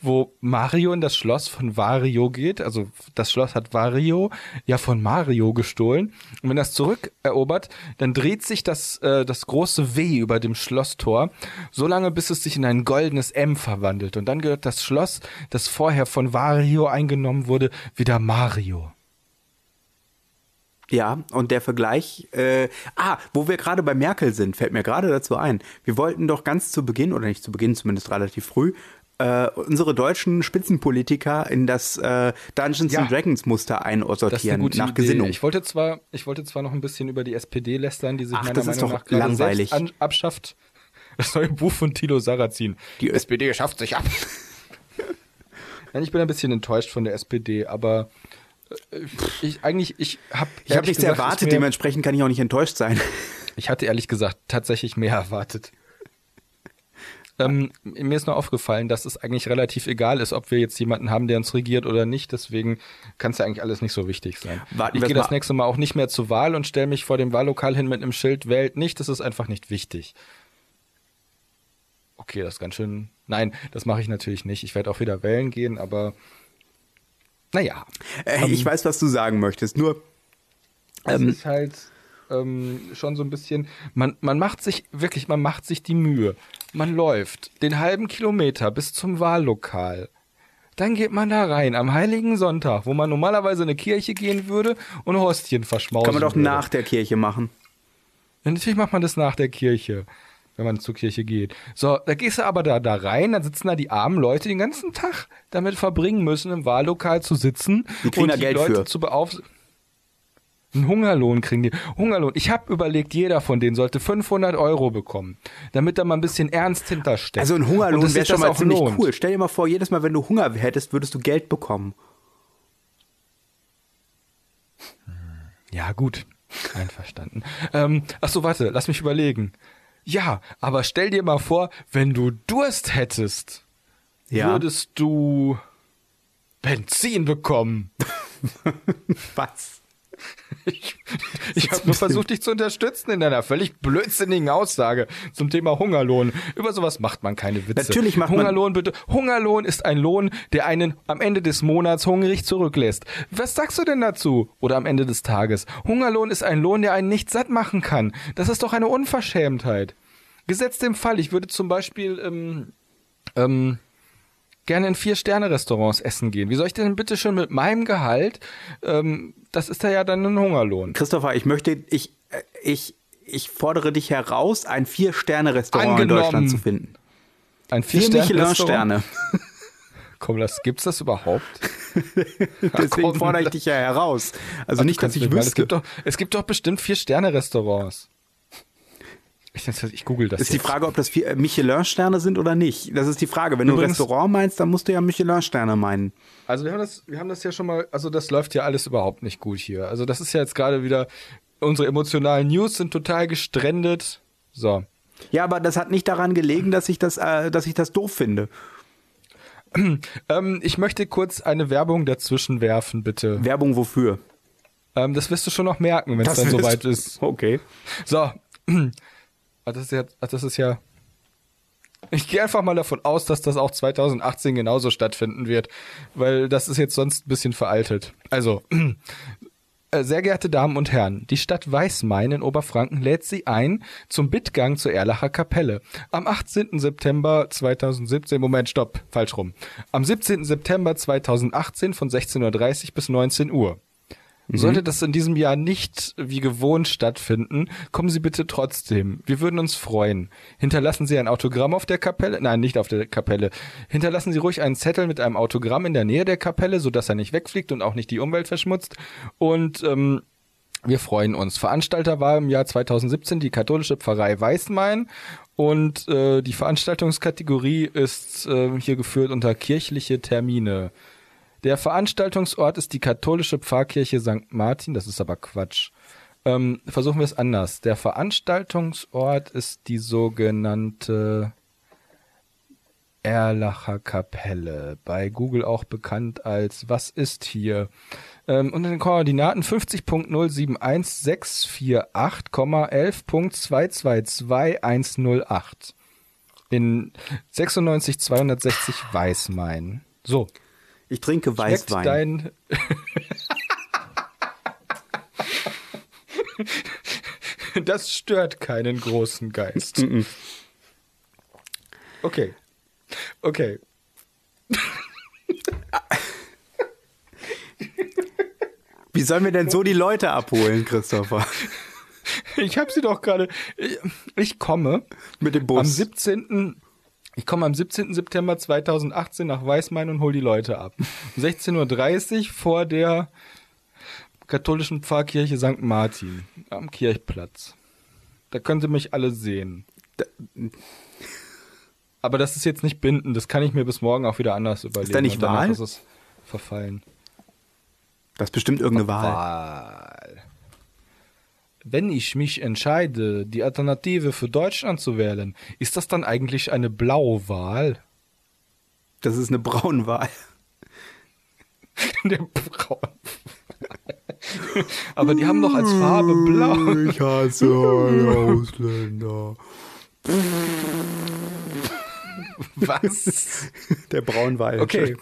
wo Mario in das Schloss von Wario geht. Also das Schloss hat Wario ja von Mario gestohlen. Und wenn das zurückerobert, dann dreht sich das, äh, das große W über dem Schlosstor, so lange bis es sich in ein goldenes M verwandelt. Und dann gehört das Schloss, das vorher von Wario eingenommen wurde, wieder Mario.
Ja, und der Vergleich, äh, ah, wo wir gerade bei Merkel sind, fällt mir gerade dazu ein. Wir wollten doch ganz zu Beginn, oder nicht zu Beginn, zumindest relativ früh, äh, unsere deutschen Spitzenpolitiker in das äh, Dungeons
Ja.
and Dragons Muster
Das ist eine
einsortieren,
gute
nach
Idee.
Gesinnung.
Ich wollte zwar, ich wollte zwar noch ein bisschen über die SPD lästern, die sich
Ach,
meiner
das ist
Meinung
doch
nach gerade
langweilig.
selbst an, abschafft. Das neue Buch von Thilo Sarrazin.
Die
SPD schafft sich ab. Nein, ich bin ein bisschen enttäuscht von der SPD, aber äh, ich eigentlich ich habe
Ich habe nichts erwartet,
mir,
dementsprechend kann ich auch nicht enttäuscht sein.
ich hatte ehrlich gesagt tatsächlich mehr erwartet. Ähm, mir ist nur aufgefallen, dass es eigentlich relativ egal ist, ob wir jetzt jemanden haben, der uns regiert oder nicht. Deswegen kann es ja eigentlich alles nicht so wichtig sein.
Warten
ich
wir's
gehe das
mal-
nächste Mal auch nicht mehr zur Wahl und stelle mich vor dem Wahllokal hin mit einem Schild, wählt nicht. Das ist einfach nicht wichtig. okay, das ist ganz schön. Nein, das mache ich natürlich nicht. Ich werde auch wieder wählen gehen, aber naja.
Äh,
Ähm,
ich weiß, was du sagen möchtest, nur.
Es ist halt ähm, schon so ein bisschen, man, man macht sich wirklich, man macht sich die Mühe. Man läuft den halben Kilometer bis zum Wahllokal. Dann geht man da rein am Heiligen Sonntag, wo man normalerweise in eine Kirche gehen würde und Hostien verschmausen
Kann man doch
würde.
nach der Kirche machen.
Ja, Natürlich macht man das nach der Kirche, wenn man zur Kirche geht. So, da gehst du aber da, da rein, dann sitzen da die armen Leute den ganzen Tag damit verbringen müssen, im Wahllokal zu sitzen
Die kriegen
und
da
die
Geld
Leute
für.
zu beauf einen Hungerlohn kriegen die. Hungerlohn. Ich habe überlegt, jeder von denen sollte 500 Euro bekommen, damit da mal ein bisschen Ernst hintersteckt.
Also ein
Und dass
Hungerlohn
sich
wäre schon
das
mal
auch
ziemlich
lohnt.
cool. Stell dir mal vor, jedes Mal, wenn du Hunger hättest, würdest du Geld bekommen.
Ja, gut. Einverstanden. ähm, ach so, warte, lass mich überlegen. Ja, aber stell dir mal vor, wenn du Durst hättest.
Ja.
würdest du Benzin bekommen.
Was?
Ich, ich habe nur versucht, dich zu unterstützen in deiner völlig blödsinnigen Aussage zum Thema Hungerlohn. Über sowas macht man keine Witze.
Natürlich macht man-
Hungerlohn bitte. Hungerlohn ist ein Lohn, der einen am Ende des Monats hungrig zurücklässt. Was sagst du denn dazu? Oder am Ende des Tages? Hungerlohn ist ein Lohn, der einen nicht satt machen kann. Das ist doch eine Unverschämtheit. Gesetzt dem Fall, ich würde zum Beispiel ähm, ähm, gerne in Vier-Sterne-Restaurants essen gehen. Wie soll ich denn bitte schön mit meinem Gehalt? Ähm, das ist da ja dann ein Hungerlohn.
Christopher, ich möchte, ich, äh, ich, ich fordere dich heraus, ein Vier-Sterne-Restaurant in
Angenommen.
Deutschland zu finden.
Ein
Vier
Vier-Sterne-Restaurant.
Michelin-Sterne.
Komm, das gibt's das überhaupt?
Deswegen
komm,
fordere ich
da-
dich ja heraus. Also nicht, dass
Kannst du
ich
mir mal- Es
wüsste.
gibt doch, es gibt doch bestimmt Vier-Sterne-Restaurants. Ich, das- ich google das.
Ist die
jetzt.
Frage, ob das vier- äh, Michelin-Sterne sind oder nicht. Das ist die Frage. Wenn
Übrigens-
du ein Restaurant meinst, dann musst du ja Michelin-Sterne meinen.
Also wir haben das, wir haben das ja schon mal, also das läuft ja alles überhaupt nicht gut hier. Also das ist ja jetzt gerade wieder, unsere emotionalen News sind total gestrandet. So.
Ja, aber das hat nicht daran gelegen, dass ich das, äh, dass ich das doof finde.
Ähm, ich möchte kurz eine Werbung dazwischen werfen, bitte.
Werbung wofür?
Ähm, das wirst du schon noch merken, wenn es
Das
dann
wirst-
soweit ist.
Okay.
So. Ah, Das ist ja, ah, das ist ja. Ich gehe einfach mal davon aus, dass das auch 2018 genauso stattfinden wird, weil das ist jetzt sonst ein bisschen veraltet. Also, äh, sehr geehrte Damen und Herren, die Stadt Weißmain in Oberfranken lädt Sie ein zum Bittgang zur Erlacher Kapelle. Am 18. September 2017, Moment, stopp, falsch rum. Am 17. September 2018 von 16.30 bis 19 Uhr. Sollte das in diesem Jahr nicht wie gewohnt stattfinden, kommen Sie bitte trotzdem. Wir würden uns freuen. Hinterlassen Sie ein Autogramm auf der Kapelle. Nein, nicht auf der Kapelle. Hinterlassen Sie ruhig einen Zettel mit einem Autogramm in der Nähe der Kapelle, sodass er nicht wegfliegt und auch nicht die Umwelt verschmutzt. Und ähm, wir freuen uns. Veranstalter war im Jahr 2017 die katholische Pfarrei Weißmain und äh, die Veranstaltungskategorie ist äh, hier geführt unter kirchliche Termine. Der Veranstaltungsort ist die katholische Pfarrkirche St. Martin, das ist aber Quatsch. Ähm, versuchen wir es anders. Der Veranstaltungsort ist die sogenannte Erlacher Kapelle, bei Google auch bekannt als Was ist hier? Ähm, unter den Koordinaten 50.071648,11.222108 in 96260 Weißmain. So.
Ich trinke
Schmeckt
Weißwein.
dein. das stört keinen großen Geist. okay. Okay.
Wie sollen wir denn so die Leute abholen, Christopher?
Ich habe sie doch gerade. Ich- Ich komme
Mit dem
am
Bus.
17. Ich komme am 17. September 2018 nach Weißmain und hol die Leute ab. Um 16.30 Uhr vor der katholischen Pfarrkirche St. Martin am Kirchplatz. Da können Sie mich alle sehen. Aber das ist jetzt nicht bindend. Das kann ich mir bis morgen auch wieder anders überlegen.
da nicht
Und danach
Wahl?
Ist es verfallen.
Das ist bestimmt irgendeine Wahl.
Wahl. Wenn ich mich entscheide, die Alternative für Deutschland zu wählen, ist das dann eigentlich eine Blauwahl?
Das ist eine Braunwahl.
Der Braun. Aber die haben doch als Farbe blau.
Ich hasse alle Ausländer.
Was?
Der Braunwein.
Okay.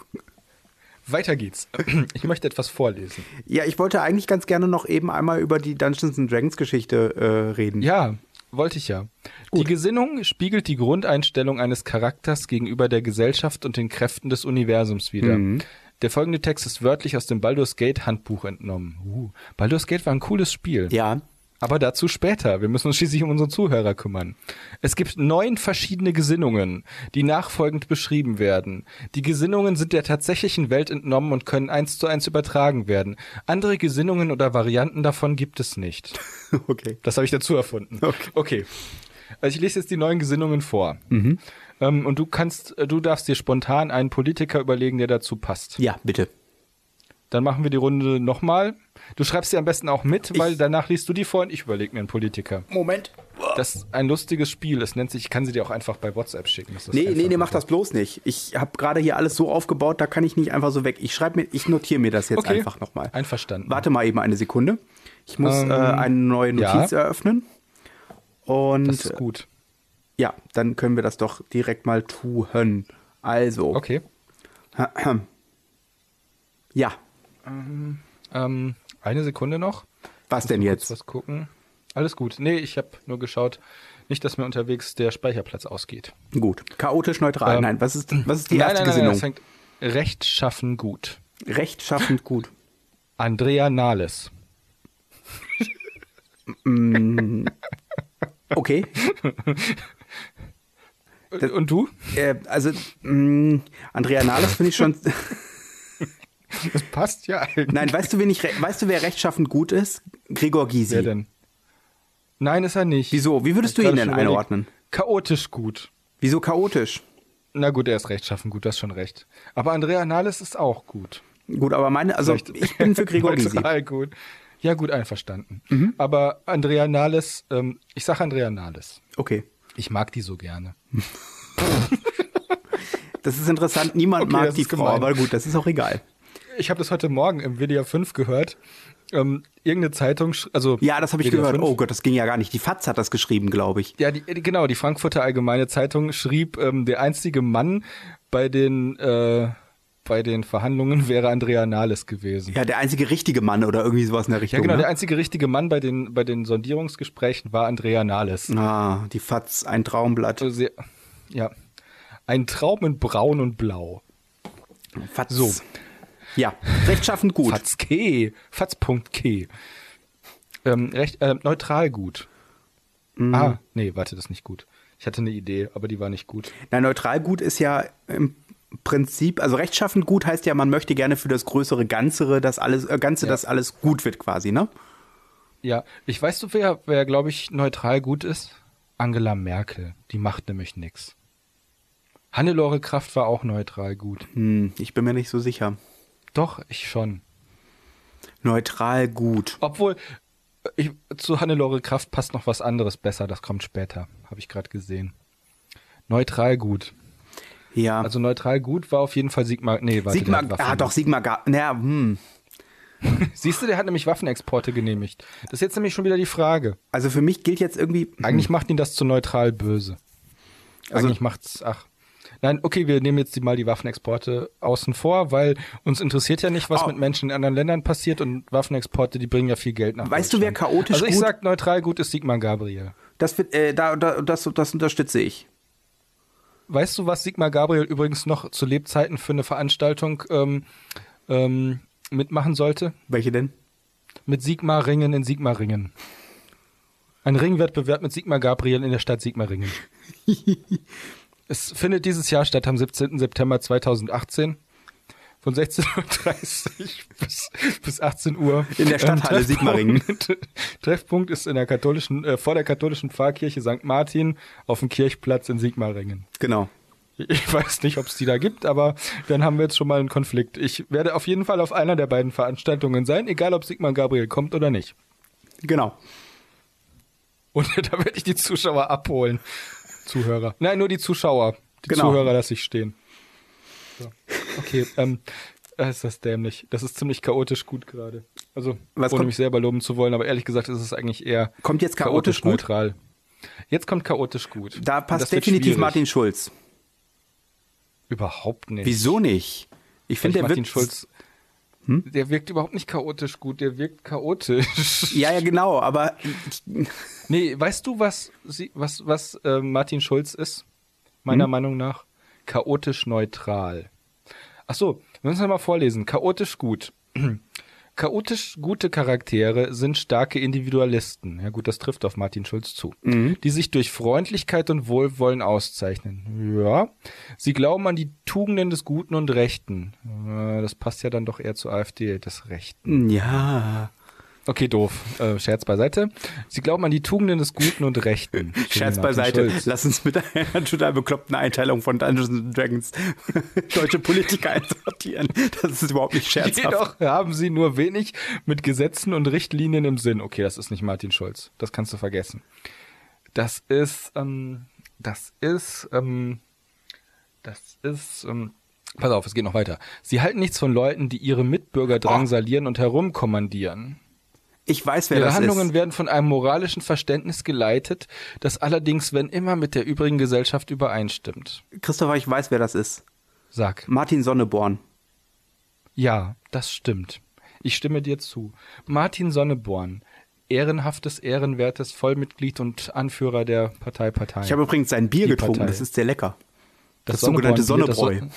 Weiter geht's. Ich möchte etwas vorlesen.
Ja, ich wollte eigentlich ganz gerne noch eben einmal über die Dungeons and Dragons Geschichte äh, reden.
Ja, wollte ich ja. Die Gesinnung spiegelt die Grundeinstellung eines Charakters gegenüber der Gesellschaft und den Kräften des Universums wider. Der folgende Text ist wörtlich aus dem Baldur's Gate Handbuch entnommen. Uh, Baldur's Gate war ein cooles Spiel.
Ja.
Aber dazu später. Wir müssen uns schließlich um unsere Zuhörer kümmern. Es gibt neun verschiedene Gesinnungen, die nachfolgend beschrieben werden. Die Gesinnungen sind der tatsächlichen Welt entnommen und können eins zu eins übertragen werden. Andere Gesinnungen oder Varianten davon gibt es nicht.
Okay.
Das habe ich dazu erfunden.
Okay.
Also ich lese jetzt die neuen Gesinnungen vor.
Mhm.
Ähm, und du kannst, äh, du darfst dir spontan einen Politiker überlegen, der dazu passt.
Ja, bitte.
Dann machen wir die Runde nochmal. Du schreibst sie am besten auch mit, weil
Ich-
danach liest du die vor und ich überlege mir einen Politiker.
Moment.
Das ist ein lustiges Spiel. Es nennt sich, ich kann sie dir auch einfach bei WhatsApp schicken. Das ist
Nee, nee,
einfach.
nee, mach das bloß nicht. Ich habe gerade hier alles so aufgebaut, da kann ich nicht einfach so weg. Ich schreibe mir, ich notiere mir das jetzt
Okay.
einfach nochmal.
Einverstanden.
Warte mal eben eine Sekunde. Ich muss
Ähm,
äh, eine neue Notiz
ja.
eröffnen. Und
Das ist gut.
ja, dann können wir das doch direkt mal tun. Also,
Okay.
ja,
Ähm, eine Sekunde noch.
was denn jetzt?
Was gucken. Alles gut. Nee, ich habe nur geschaut. Nicht, dass mir unterwegs der Speicherplatz ausgeht.
Gut. Chaotisch neutral.
Ähm,
nein, was ist, was ist die erste
das
Gesinnung?
fängt rechtschaffen gut.
Rechtschaffend gut.
Andrea Nahles.
Okay. Das-
und du?
äh, also, mh, Andrea Nahles finde ich schon.
Das passt ja eigentlich.
Nein, weißt du, wen ich, re- weißt du, wer rechtschaffend gut ist? Gregor Gysi.
Wer denn? Nein, ist er nicht.
Wieso? Wie würdest du
Ich hab
ihn
gerade
denn
schon überlegt.
einordnen?
Chaotisch gut.
Wieso chaotisch?
Na gut, er ist rechtschaffen gut, das schon recht. Aber Andrea Nahles ist auch gut.
Gut, aber meine, also
Vielleicht-
ich bin für Gregor Gysi. Mhm.
Total gut. Ja, gut einverstanden. Aber Andrea Nahles, ähm, ich sag Andrea Nahles.
Okay.
Ich mag die so gerne.
Das ist interessant. Niemand
Okay,
mag
das
die
ist
Frau,
gemein.
aber gut, das ist auch egal.
Ich habe das heute Morgen im WDR 5 gehört. Ähm, irgendeine Zeitung, sch- also
Ja, das habe ich
WDR
gehört.
5.
Oh Gott, das ging ja gar nicht. Die Faz hat das geschrieben, glaube ich.
Ja, die, die- genau, die Frankfurter Allgemeine Zeitung schrieb, ähm, der einzige Mann bei den, äh, bei den Verhandlungen wäre Andrea Nahles gewesen.
Ja, der einzige richtige Mann oder irgendwie sowas in der Richtung.
Ja, genau,
ne?
der einzige richtige Mann bei den, bei den Sondierungsgesprächen war Andrea Nahles.
Ah, die Fatz, ein Traumblatt.
Also sehr, ja. Ein Traum in Braun und Blau.
Fatz.
Äh, So.
Ja, rechtschaffend gut.
Fatz K. Fatz.k. Ähm, recht, äh, neutral gut.
Mhm.
Ah, nee, warte, das ist nicht gut. Ich hatte eine Idee, aber die war nicht gut.
Na, neutral gut ist ja im Prinzip, also rechtschaffend gut heißt ja, man möchte gerne für das größere Ganzere, das alles, äh, Ganze,
Ja.
dass alles gut wird quasi, ne?
Ja, ich weiß du, wer, wer glaube ich, neutral gut ist? Angela Merkel. Die macht nämlich nix. Hannelore Kraft war auch neutral gut.
Hm, ich bin mir nicht so sicher.
Doch, ich schon.
Neutral gut.
Obwohl, ich, zu Hannelore Kraft passt noch was anderes besser. Das kommt später. Habe ich gerade gesehen. Neutral gut.
Ja.
Also neutral gut war auf jeden Fall Sigmar. Nee, warte,
Sigmar,
der hat Waffen.
ah doch, Sigmar, Ga- naja, hm.
Siehst du, der hat nämlich Waffenexporte genehmigt. Das ist jetzt nämlich schon wieder die Frage.
Also für mich gilt jetzt irgendwie,
Eigentlich macht ihn das zu neutral böse.
Hm. Also-
Eigentlich macht's, ach. Nein, okay, wir nehmen jetzt die, mal die Waffenexporte außen vor, weil uns interessiert ja nicht, was
Oh.
mit Menschen in anderen Ländern passiert und Waffenexporte, die bringen ja viel Geld nach
Weißt du, wer
Deutschland.
chaotisch
Also ich
gut-
sag, neutral gut ist Sigmar Gabriel.
das, wird, äh, da, da, das, das unterstütze ich.
Weißt du, was Sigmar Gabriel übrigens noch zu Lebzeiten für eine Veranstaltung ähm, ähm, mitmachen sollte?
Welche denn?
Mit Sigmar Ringen in Sigmar Ringen. Ein Ringwettbewerb mit Sigmar Gabriel in der Stadt Sigmar Ringen. es findet dieses Jahr statt am 17. September 2018 von 16.30 Uhr bis, bis 18 Uhr.
In der Stadthalle
Treffpunkt-
Sigmaringen.
Treffpunkt ist in der katholischen, äh, vor der katholischen Pfarrkirche St. Martin auf dem Kirchplatz in Sigmaringen.
Genau.
Ich weiß nicht, ob es die da gibt, aber dann haben wir jetzt schon mal einen Konflikt. Ich werde auf jeden Fall auf einer der beiden Veranstaltungen sein, egal ob Sigmar Gabriel kommt oder nicht.
Genau.
Und da werde ich die Zuschauer abholen. Zuhörer. Nein, nur die Zuschauer. Die
Genau.
Zuhörer lasse ich stehen. So. Okay, ähm, äh, ist das dämlich. Das ist ziemlich chaotisch gut gerade. Also,
Was
ohne
kommt-
mich selber loben zu wollen, aber ehrlich gesagt ist es eigentlich eher
Kommt jetzt chaotisch gut?
neutral. Jetzt kommt chaotisch gut.
Da
Und das
passt
wird
definitiv
schwierig.
Martin Schulz.
Überhaupt nicht.
Wieso nicht? Ich
Ich
finde,
finde
der
Martin
wirkt. hm?
Schulz. Der wirkt überhaupt nicht chaotisch gut, der wirkt chaotisch.
Ja, ja, genau, aber
Nee, weißt du, was, sie, was, was äh, Martin Schulz ist? Meiner Meinung nach chaotisch neutral. Ach so, wir müssen das mal vorlesen. Chaotisch gut. Chaotisch gute Charaktere sind starke Individualisten. Ja gut, das trifft auf Martin Schulz zu. Die sich durch Freundlichkeit und Wohlwollen auszeichnen. Ja. Sie glauben an die Tugenden des Guten und Rechten. Äh, Das passt ja dann doch eher zur AfD, das Recht.
ja.
Okay, doof. Äh, Scherz beiseite. Sie glauben an die Tugenden des Guten und Rechten.
Scherz
Martin
beiseite,
Schulz.
lass uns mit einer total bekloppten Einteilung von Dungeons and Dragons deutsche Politiker einsortieren. Das ist überhaupt nicht scherzhaft.
Jedoch haben sie nur wenig mit Gesetzen und Richtlinien im Sinn. Okay, das ist nicht Martin Schulz. Das kannst du vergessen. Das ist, ähm, das ist, ähm, das ist, ähm, pass auf, es geht noch weiter. Sie halten nichts von Leuten, die ihre
Oh.
Mitbürger drangsalieren und herumkommandieren.
Ich weiß, wer
Ihre
das
Handlungen
ist.
werden von einem moralischen Verständnis geleitet, das allerdings, wenn immer, mit der übrigen Gesellschaft übereinstimmt.
Christopher, ich weiß, wer das ist.
Sag.
Martin Sonneborn.
Ja, das stimmt. Ich stimme dir zu. Martin Sonneborn, ehrenhaftes, ehrenwertes Vollmitglied und Anführer der Partei Partei.
Ich habe übrigens sein Bier
Die
getrunken,
Partei.
das ist sehr lecker. Das,
Sonneborn-
sogenannte
das
Sonnebräu.
Son-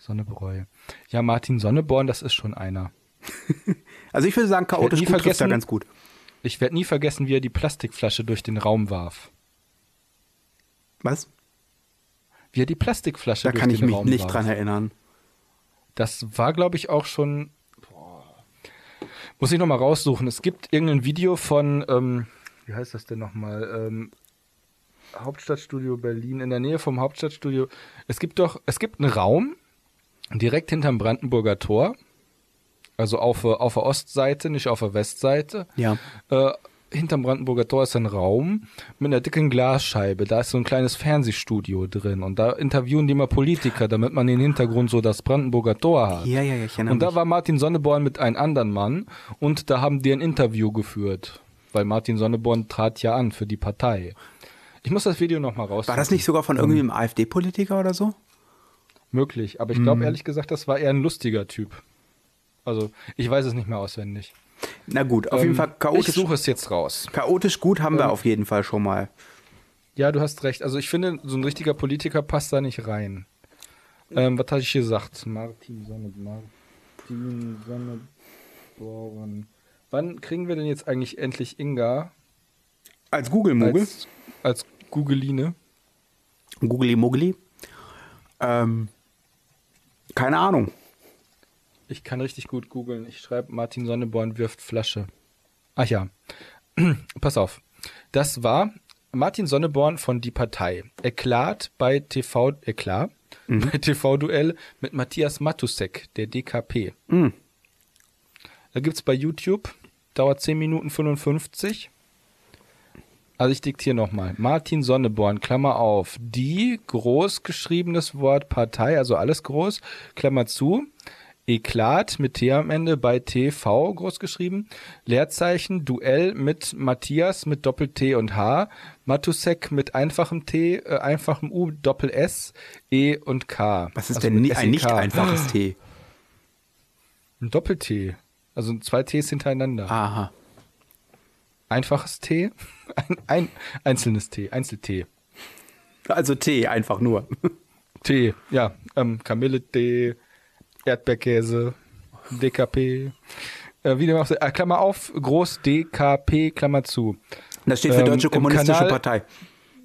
Sonnebräu. Ja, Martin Sonneborn, das ist schon einer.
also ich würde sagen, chaotisch
nie
gut trifft da
vergessen-
ganz gut.
Ich werde nie vergessen, wie er die Plastikflasche durch den Raum warf.
Was?
Wie er die Plastikflasche
Da
durch
kann
den
ich mich
Raum
nicht
warf.
dran erinnern.
Das war, glaube ich, auch schon. Muss ich nochmal raussuchen. Es gibt irgendein Video von, ähm, wie heißt das denn nochmal? Ähm, Hauptstadtstudio Berlin, in der Nähe vom Hauptstadtstudio. Es gibt doch, es gibt einen Raum direkt hinterm Brandenburger Tor. Also auf, der- auf der Ostseite, nicht auf der Westseite.
Ja.
Äh, hinterm Brandenburger Tor ist ein Raum mit einer dicken Glasscheibe. Da ist so ein kleines Fernsehstudio drin. Und da interviewen die mal Politiker, damit man den Hintergrund so das Brandenburger Tor hat.
Ja, ja, ja, ich erinnere
Und da
mich.
war Martin Sonneborn mit einem anderen Mann und da haben die ein Interview geführt. Weil Martin Sonneborn trat ja an für die Partei. Ich muss das Video nochmal raus.
War das nicht sogar von
Ähm.
irgendeinem AfD-Politiker oder so?
möglich? Aber ich
Mhm.
glaube ehrlich gesagt, das war eher ein lustiger Typ. Also, ich weiß es nicht mehr auswendig.
Na gut, auf jeden
Ähm,
Fall
Ich
chaotisch.
suche Ähm. es jetzt raus.
Chaotisch gut haben wir auf jeden Fall schon mal.
Ja, du hast recht. Also ich finde, so ein richtiger Politiker passt da nicht rein. Ähm, was hatte ich gesagt? Martin Sonne, Martin Sonneborn. Wann kriegen wir denn jetzt eigentlich endlich Inga
Als Google-Mogel.
als, als Googeline?
Googly-Mogli. Ähm, keine Ahnung.
Ich kann richtig gut googeln. Ich schreibe Martin Sonneborn wirft Flasche. Ach ja. Pass auf. Das war Martin Sonneborn von Die Partei. Erklärt bei TV, erklärt bei TV-Duell mit Matthias Matusek, der DKP. Da gibt's bei YouTube. Dauert 10 Minuten 55. Also ich diktiere nochmal. Martin Sonneborn, Klammer auf. Die, groß geschriebenes Wort Partei, also alles groß, Klammer zu. Eklat mit T am Ende bei TV groß geschrieben. Leerzeichen, Duell mit Matthias mit Doppel-T und H. Matusek mit einfachem T, äh, einfachem U, Doppel-S, E und K.
Was ist
Also
denn
mit
ni- ein nicht
SEK.
einfaches T?
Ein Doppel-T. Also zwei Ts hintereinander.
Aha.
Einfaches T, ein, ein einzelnes T, Einzel-T.
Also T, einfach nur.
Tee, ja. Ähm, Kamille-Tee, Erdbeerkäse, DKP. Äh, wie dem auch sei. Äh, Klammer auf, groß DKP, Klammer zu.
Das steht für
Ähm,
Deutsche
im
Kommunistische
Kanal-
Partei.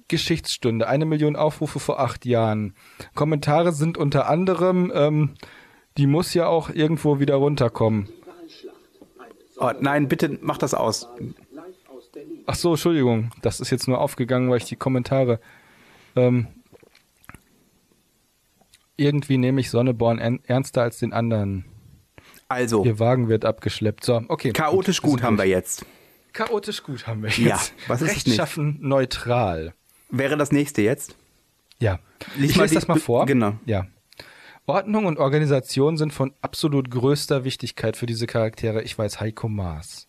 Geschichtsstunde, eine Million Aufrufe vor acht Jahren. Kommentare sind unter anderem, ähm, die muss ja auch irgendwo wieder runterkommen.
Oh, nein, bitte mach das aus.
Ach so, Entschuldigung, das ist jetzt nur aufgegangen, weil ich die Kommentare. Ähm, irgendwie nehme ich Sonneborn en- ernster als den anderen.
Also,
Ihr Wagen wird abgeschleppt. So, okay.
chaotisch gut haben wir jetzt.
Chaotisch gut haben wir jetzt.
Ja, was ist nicht?
Rechtschaffen neutral.
Wäre das nächste jetzt?
Ja.
Lies
ich
mal
lese
die-
das mal vor.
genau.
Ja. Ordnung und Organisation sind von absolut größter Wichtigkeit für diese Charaktere. Ich weiß Heiko Maas.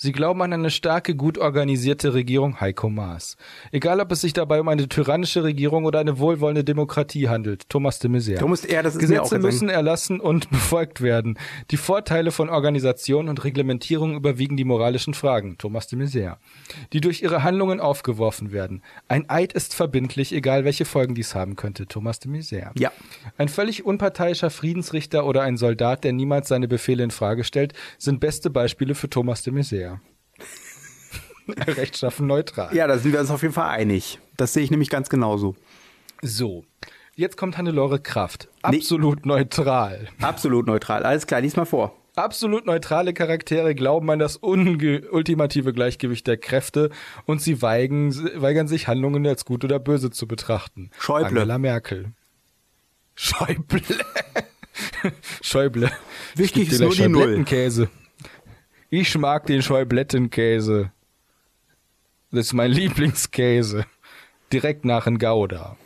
Sie glauben an eine starke, gut organisierte Regierung, Heiko Maas. Egal, ob es sich dabei um eine tyrannische Regierung oder eine wohlwollende Demokratie handelt, Thomas de Maizière.
Thomas, ja, das ist mir auch
Gesetze
jetzt
müssen erlassen und befolgt werden. Die Vorteile von Organisation und Reglementierung überwiegen die moralischen Fragen, Thomas de Maizière, die durch ihre Handlungen aufgeworfen werden. Ein Eid ist verbindlich, egal welche Folgen dies haben könnte, Thomas de Maizière.
Ja.
Ein völlig unparteiischer Friedensrichter oder ein Soldat, der niemals seine Befehle in Frage stellt, sind beste Beispiele für Thomas de Maizière. Rechtschaffen neutral.
ja, da sind wir uns auf jeden Fall einig. Das sehe ich nämlich ganz genauso.
So. Jetzt kommt Hannelore Kraft.
Nee.
Absolut neutral.
Absolut neutral. Alles klar, lies mal vor.
Absolut neutrale Charaktere glauben an das unge ultimative Gleichgewicht der Kräfte und sie weigen, weigern sich, Handlungen als gut oder böse zu betrachten.
Schäuble.
Angela Merkel. Schäuble. Schäuble.
Wichtig
Ich
ist
geb dir
nur
gleich
die Null.
Schäublettenkäse. Ich mag den Schäublettenkäse. Das ist mein Lieblingskäse. Direkt nach einem Gouda.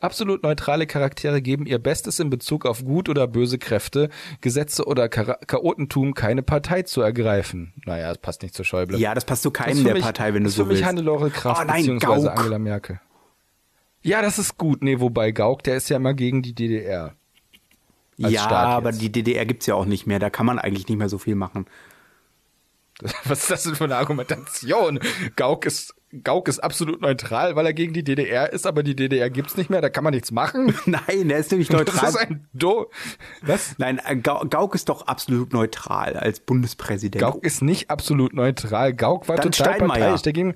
Absolut neutrale Charaktere geben ihr Bestes in Bezug auf gut oder böse Kräfte, Gesetze oder Chara- Chaotentum keine Partei zu ergreifen. Naja, das passt nicht zur Schäuble.
Ja, das passt zu
Das ist
keinem
für
der
mich-
Partei, wenn du
das ist
so
für mich
willst.
Hannelore Kraft
Oh nein,
beziehungsweise
Gauck.
Angela Merkel. Ja, das ist gut. Nee, wobei Gauck, der ist ja immer gegen die DDR. als
ja,
Staat
aber
jetzt.
die DDR gibt's ja auch nicht mehr. Da kann man eigentlich nicht mehr so viel machen.
Was ist das denn für eine Argumentation? Gauck ist, Gauck ist absolut neutral, weil er gegen die DDR ist, aber die DDR gibt's nicht mehr, da kann man nichts machen.
Nein, der ist nämlich
Das ist
neutral.
ein Do. Was?
Nein, äh, Gau- Gauck ist doch absolut neutral als Bundespräsident.
Gauck ist nicht absolut neutral. Gauck war
Dann
total
Steinmeier.
parteiisch. Der ging,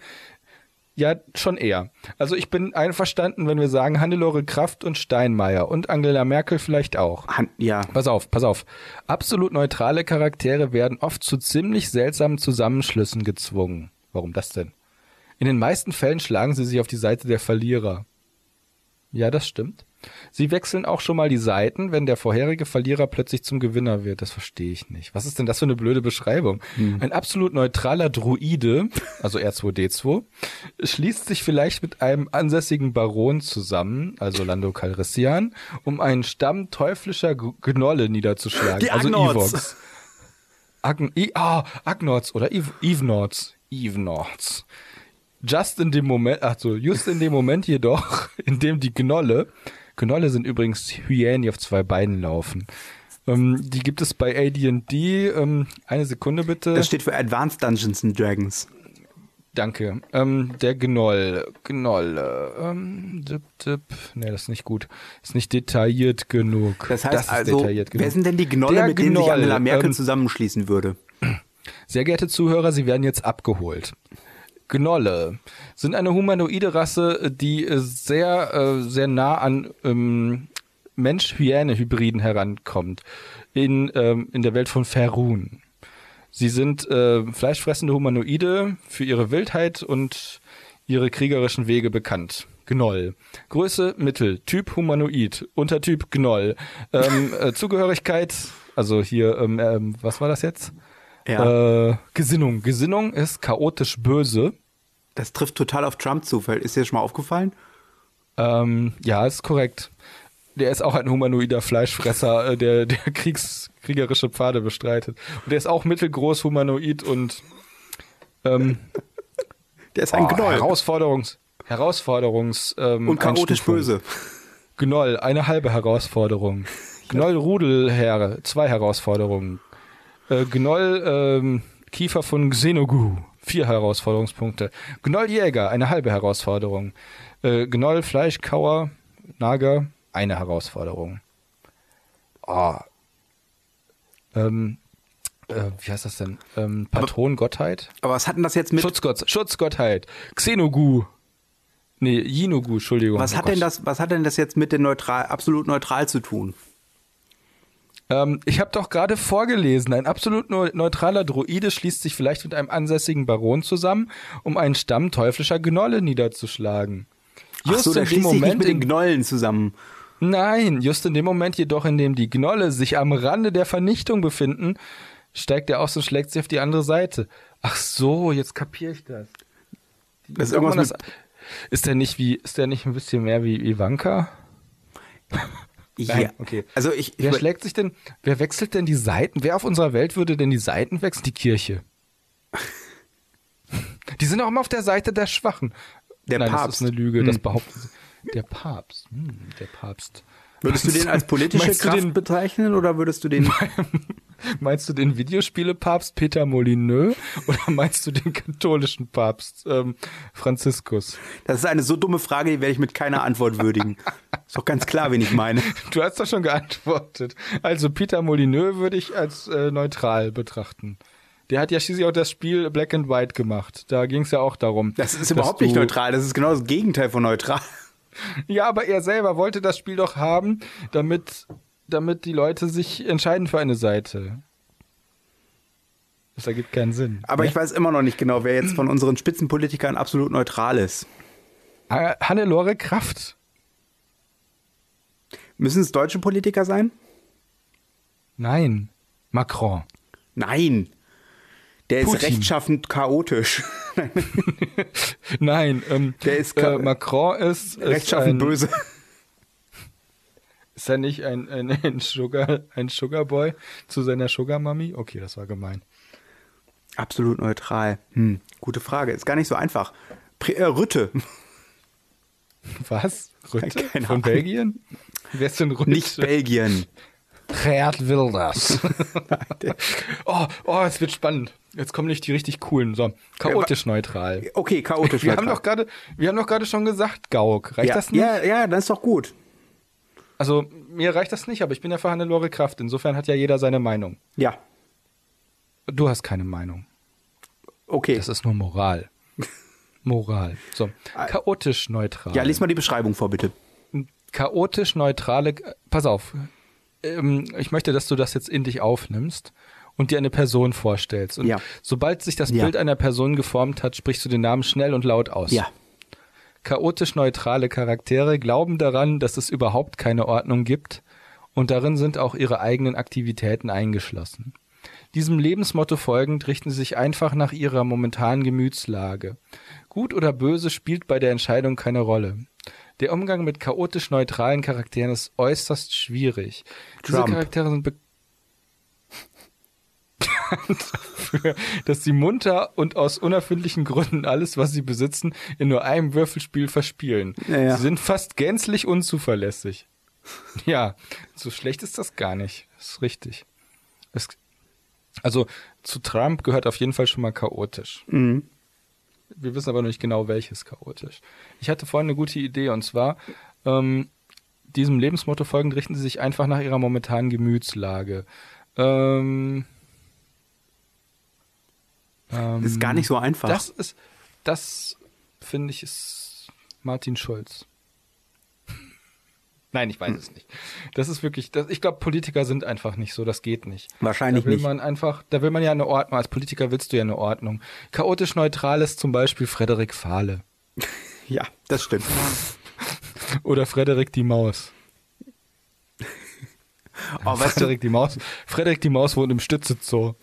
ja, schon eher. Also ich bin einverstanden, wenn wir sagen, Hannelore Kraft und Steinmeier und Angela Merkel vielleicht auch.
Han ja,
Pass auf, pass auf. Absolut neutrale Charaktere werden oft zu ziemlich seltsamen Zusammenschlüssen gezwungen. Warum das denn? In den meisten Fällen schlagen sie sich auf die Seite der Verlierer. Ja, das stimmt. Sie wechseln auch schon mal die Seiten, wenn der vorherige Verlierer plötzlich zum Gewinner wird. Das verstehe ich nicht. Was ist denn das für eine blöde Beschreibung? Ein absolut neutraler Druide, also R2D2, schließt sich vielleicht mit einem ansässigen Baron zusammen, also Lando Calrissian, um einen Stamm teuflischer G- Gnolle niederzuschlagen,
Die
also
Agnorts.
Evox. Agn I ah, Agnorts oder Ev Evenorts. Evenorts. Just in dem Moment, also just in dem Moment jedoch, in dem die Gnolle, Gnolle sind übrigens Hyänen, die auf zwei Beinen laufen. Ähm, die gibt es bei AD&D. Ähm, eine Sekunde bitte.
das steht für Advanced Dungeons and Dragons.
Danke. Ähm, der Gnoll. Gnolle. Ähm, dip, dip. Nee, das ist nicht gut. Ist nicht detailliert genug.
Das heißt
ist
also,
detailliert genug.
wer sind denn die Gnolle,
Der
mit denen sich
Gnoll,
Angela Merkel
ähm,
zusammenschließen würde?
Sehr geehrte Zuhörer, Sie werden jetzt abgeholt. Gnolle sind eine humanoide Rasse, die äh, sehr, äh, sehr nah an ähm, Mensch-Hyäne-Hybriden herankommt. In, ähm, in der Welt von Ferun. Sie sind äh, fleischfressende Humanoide für ihre Wildheit und ihre kriegerischen Wege bekannt. Gnoll. Größe Mittel. Typ Humanoid. Untertyp Gnoll. Ähm, äh, Zugehörigkeit, also hier, ähm, ähm, was war das jetzt?
Ja,
Äh, Gesinnung. Gesinnung ist chaotisch böse.
das trifft total auf Trump zu. Ist dir das schon mal aufgefallen?
Ähm, ja, ist korrekt. Der ist auch ein humanoider Fleischfresser, äh, der, der Kriegs, kriegerische Pfade bestreitet. Und der ist auch mittelgroß, humanoid und ähm,
Der ist ein
boah,
Gnoll
Herausforderungs, Herausforderungs ähm,
und chaotisch
Einstufung.
böse.
Gnoll, eine halbe Herausforderung. Gnoll Rudelherr, zwei Herausforderungen. Äh, Gnoll ähm, Kiefer von Xenogu, vier Herausforderungspunkte. Gnoll Jäger, eine halbe Herausforderung. Äh, Gnoll Fleischkauer, Nager, eine Herausforderung. Ah. Ähm, äh, wie heißt das denn? Ähm, Patronengottheit?
Aber was hat denn das jetzt mit
Schutzgott, Schutzgottheit. Xenogu. Nee, Jinogu, Entschuldigung.
Was
Oh
hat
Gott.
denn das, was hat denn das jetzt mit den neutral, absolut neutral zu tun?
Ähm, ich habe doch gerade vorgelesen, ein absolut neu- neutraler Droide schließt sich vielleicht mit einem ansässigen Baron zusammen, um einen Stamm teuflischer Gnolle niederzuschlagen.
Ach so, dann schließt sich nicht mit
in,
den Gnollen zusammen.
nein, just in dem Moment jedoch, in dem die Gnolle sich am Rande der Vernichtung befinden, steigt er aus und schlägt sie auf die andere Seite. Ach so, jetzt kapiere ich das.
Das ist
Sagt man
irgendwas mit,
das- ist der nicht wie, ist der nicht ein bisschen mehr wie Ivanka?
ja.
Nein, okay.
Also ich, ich
Wer
über-
schlägt sich denn, wer wechselt denn die Seiten? Wer auf unserer Welt würde denn die Seiten wechseln? Die Kirche. Die sind auch immer auf der Seite der Hm. Schwachen.
Der
Nein, das
Papst.
ist eine Lüge, das behaupten sie. Der Papst. Hm, der Papst.
Würdest du den als politische
Meinst du
Kraft
den-
bezeichnen oder würdest du den
Meinst du den Videospiele-Papst Peter Molyneux oder meinst du den katholischen Papst ähm, Franziskus?
Das ist eine so dumme Frage, die werde ich mit keiner Antwort würdigen. Ist doch ganz klar, wen ich meine.
Du hast doch schon geantwortet. Also Peter Molyneux würde ich als äh, neutral betrachten. Der hat ja schließlich auch das Spiel Black and White gemacht. Da ging es ja auch darum.
Das ist
dass
überhaupt nicht
du-
neutral. Das ist genau das Gegenteil von neutral.
Ja, aber er selber wollte das Spiel doch haben, damit, damit die Leute sich entscheiden für eine Seite. Das ergibt keinen Sinn.
Aber ich weiß immer noch nicht genau, wer jetzt von unseren Spitzenpolitikern absolut neutral ist.
Ha- Hannelore Kraft.
Müssen es deutsche Politiker sein?
Nein. Macron.
Nein. Der ist
Putin.
rechtschaffend chaotisch.
Nein, ähm,
Der ist ka-
äh, Macron ist, ist
rechtschaffend
ein,
böse.
Ist er nicht ein, ein, ein Sugar ein Sugarboy zu seiner Sugar Mami? Okay, das war gemein.
Absolut neutral. Hm, gute Frage. Ist gar nicht so einfach. Pri äh, Rütte.
Was? Rütte
Keine
von
Ahnung.
Belgien? Wer ist denn Rütte?
Nicht Belgien.
Gerd Wilders. oh, oh, es wird spannend. Jetzt kommen nicht die richtig coolen. So, chaotisch neutral.
Okay, chaotisch.
Wir
neutral.
haben doch gerade, wir haben doch gerade schon gesagt, Gauk. Reicht
ja,
das nicht?
Ja, ja, das ist doch gut.
Also, mir reicht das nicht, aber ich bin ja für Hannelore Kraft. Insofern hat ja jeder seine Meinung.
Ja,
Du hast keine Meinung.
okay.
Das ist nur Moral. Moral. So, chaotisch neutral.
ja, lies mal die Beschreibung vor, bitte.
chaotisch neutrale. Pass auf. Ähm, ich möchte, dass du das jetzt in dich aufnimmst und dir eine Person vorstellst. Und
Ja.
sobald sich das
Ja.
Bild einer Person geformt hat, sprichst du den Namen schnell und laut aus.
Ja.
Chaotisch neutrale Charaktere glauben daran, dass es überhaupt keine Ordnung gibt und darin sind auch ihre eigenen Aktivitäten eingeschlossen. Diesem Lebensmotto folgend richten sie sich einfach nach ihrer momentanen Gemütslage. Gut oder böse spielt bei der Entscheidung keine Rolle. Der Umgang mit chaotisch neutralen Charakteren ist äußerst schwierig. Diese
Trump.
Charaktere sind be dafür, dass sie munter und aus unerfindlichen Gründen alles, was sie besitzen, in nur einem Würfelspiel verspielen.
Ja, ja.
Sie sind fast gänzlich unzuverlässig. Ja, so schlecht ist das gar nicht. Ist richtig. Es, also zu Trump gehört auf jeden Fall schon mal chaotisch.
Mhm.
Wir wissen aber noch nicht genau, welches chaotisch. Ich hatte vorhin eine gute Idee und zwar, ähm, diesem Lebensmotto folgend richten sie sich einfach nach ihrer momentanen Gemütslage. Ähm, ähm,
Ist gar nicht so einfach.
Das ist, das finde ich ist Martin Schulz. Nein, ich
Hm.
weiß es nicht. Das ist wirklich, das, ich glaube, Politiker sind einfach nicht so, das geht nicht.
Wahrscheinlich
da will
nicht.
man einfach, da will man ja eine Ordnung, als Politiker willst du ja eine Ordnung. Chaotisch neutral ist zum Beispiel Frederik Fahle
Ja, das stimmt.
oder Frederik die Maus.
Oh, weißt du,
Frederik die Maus, Frederik die Maus wohnt im Stützezoo.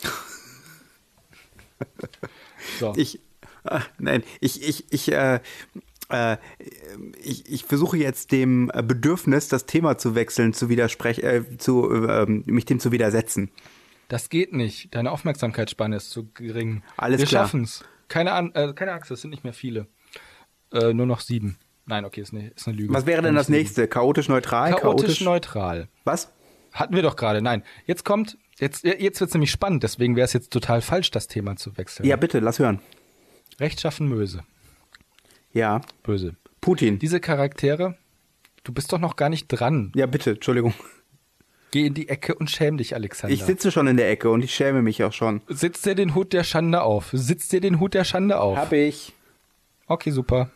So.
ich, ah, nein, ich, ich, ich, äh, äh, ich, ich versuche jetzt dem äh, Bedürfnis, das Thema zu wechseln, zu widersprechen, äh, zu, äh, ähm, mich dem zu widersetzen.
Das geht nicht. Deine Aufmerksamkeitsspanne ist zu gering.
Alles
Wir
klar.
schaffen's. Keine, An äh, keine Angst, es sind nicht mehr viele. Äh, nur noch sieben. Nein, okay, ist, ne, ist eine Lüge.
Was wäre denn
Nicht
das
sieben.
nächste? Chaotisch neutral?
Chaotisch
Chaotisch,
neutral.
Was?
Hatten wir doch gerade. Nein, jetzt kommt, jetzt, jetzt wird's nämlich spannend. Deswegen wäre es jetzt total falsch, das Thema zu wechseln.
Ja, bitte, lass hören.
Rechtschaffen böse.
Ja.
Böse.
Putin.
Diese Charaktere, du bist doch noch gar nicht dran.
Ja, bitte, Entschuldigung.
Geh in die Ecke und schäm dich, Alexander.
Ich sitze schon in der Ecke und ich schäme mich auch schon.
Sitz dir den Hut der Schande auf. Sitz dir den Hut der Schande auf.
Hab ich.
Okay, super.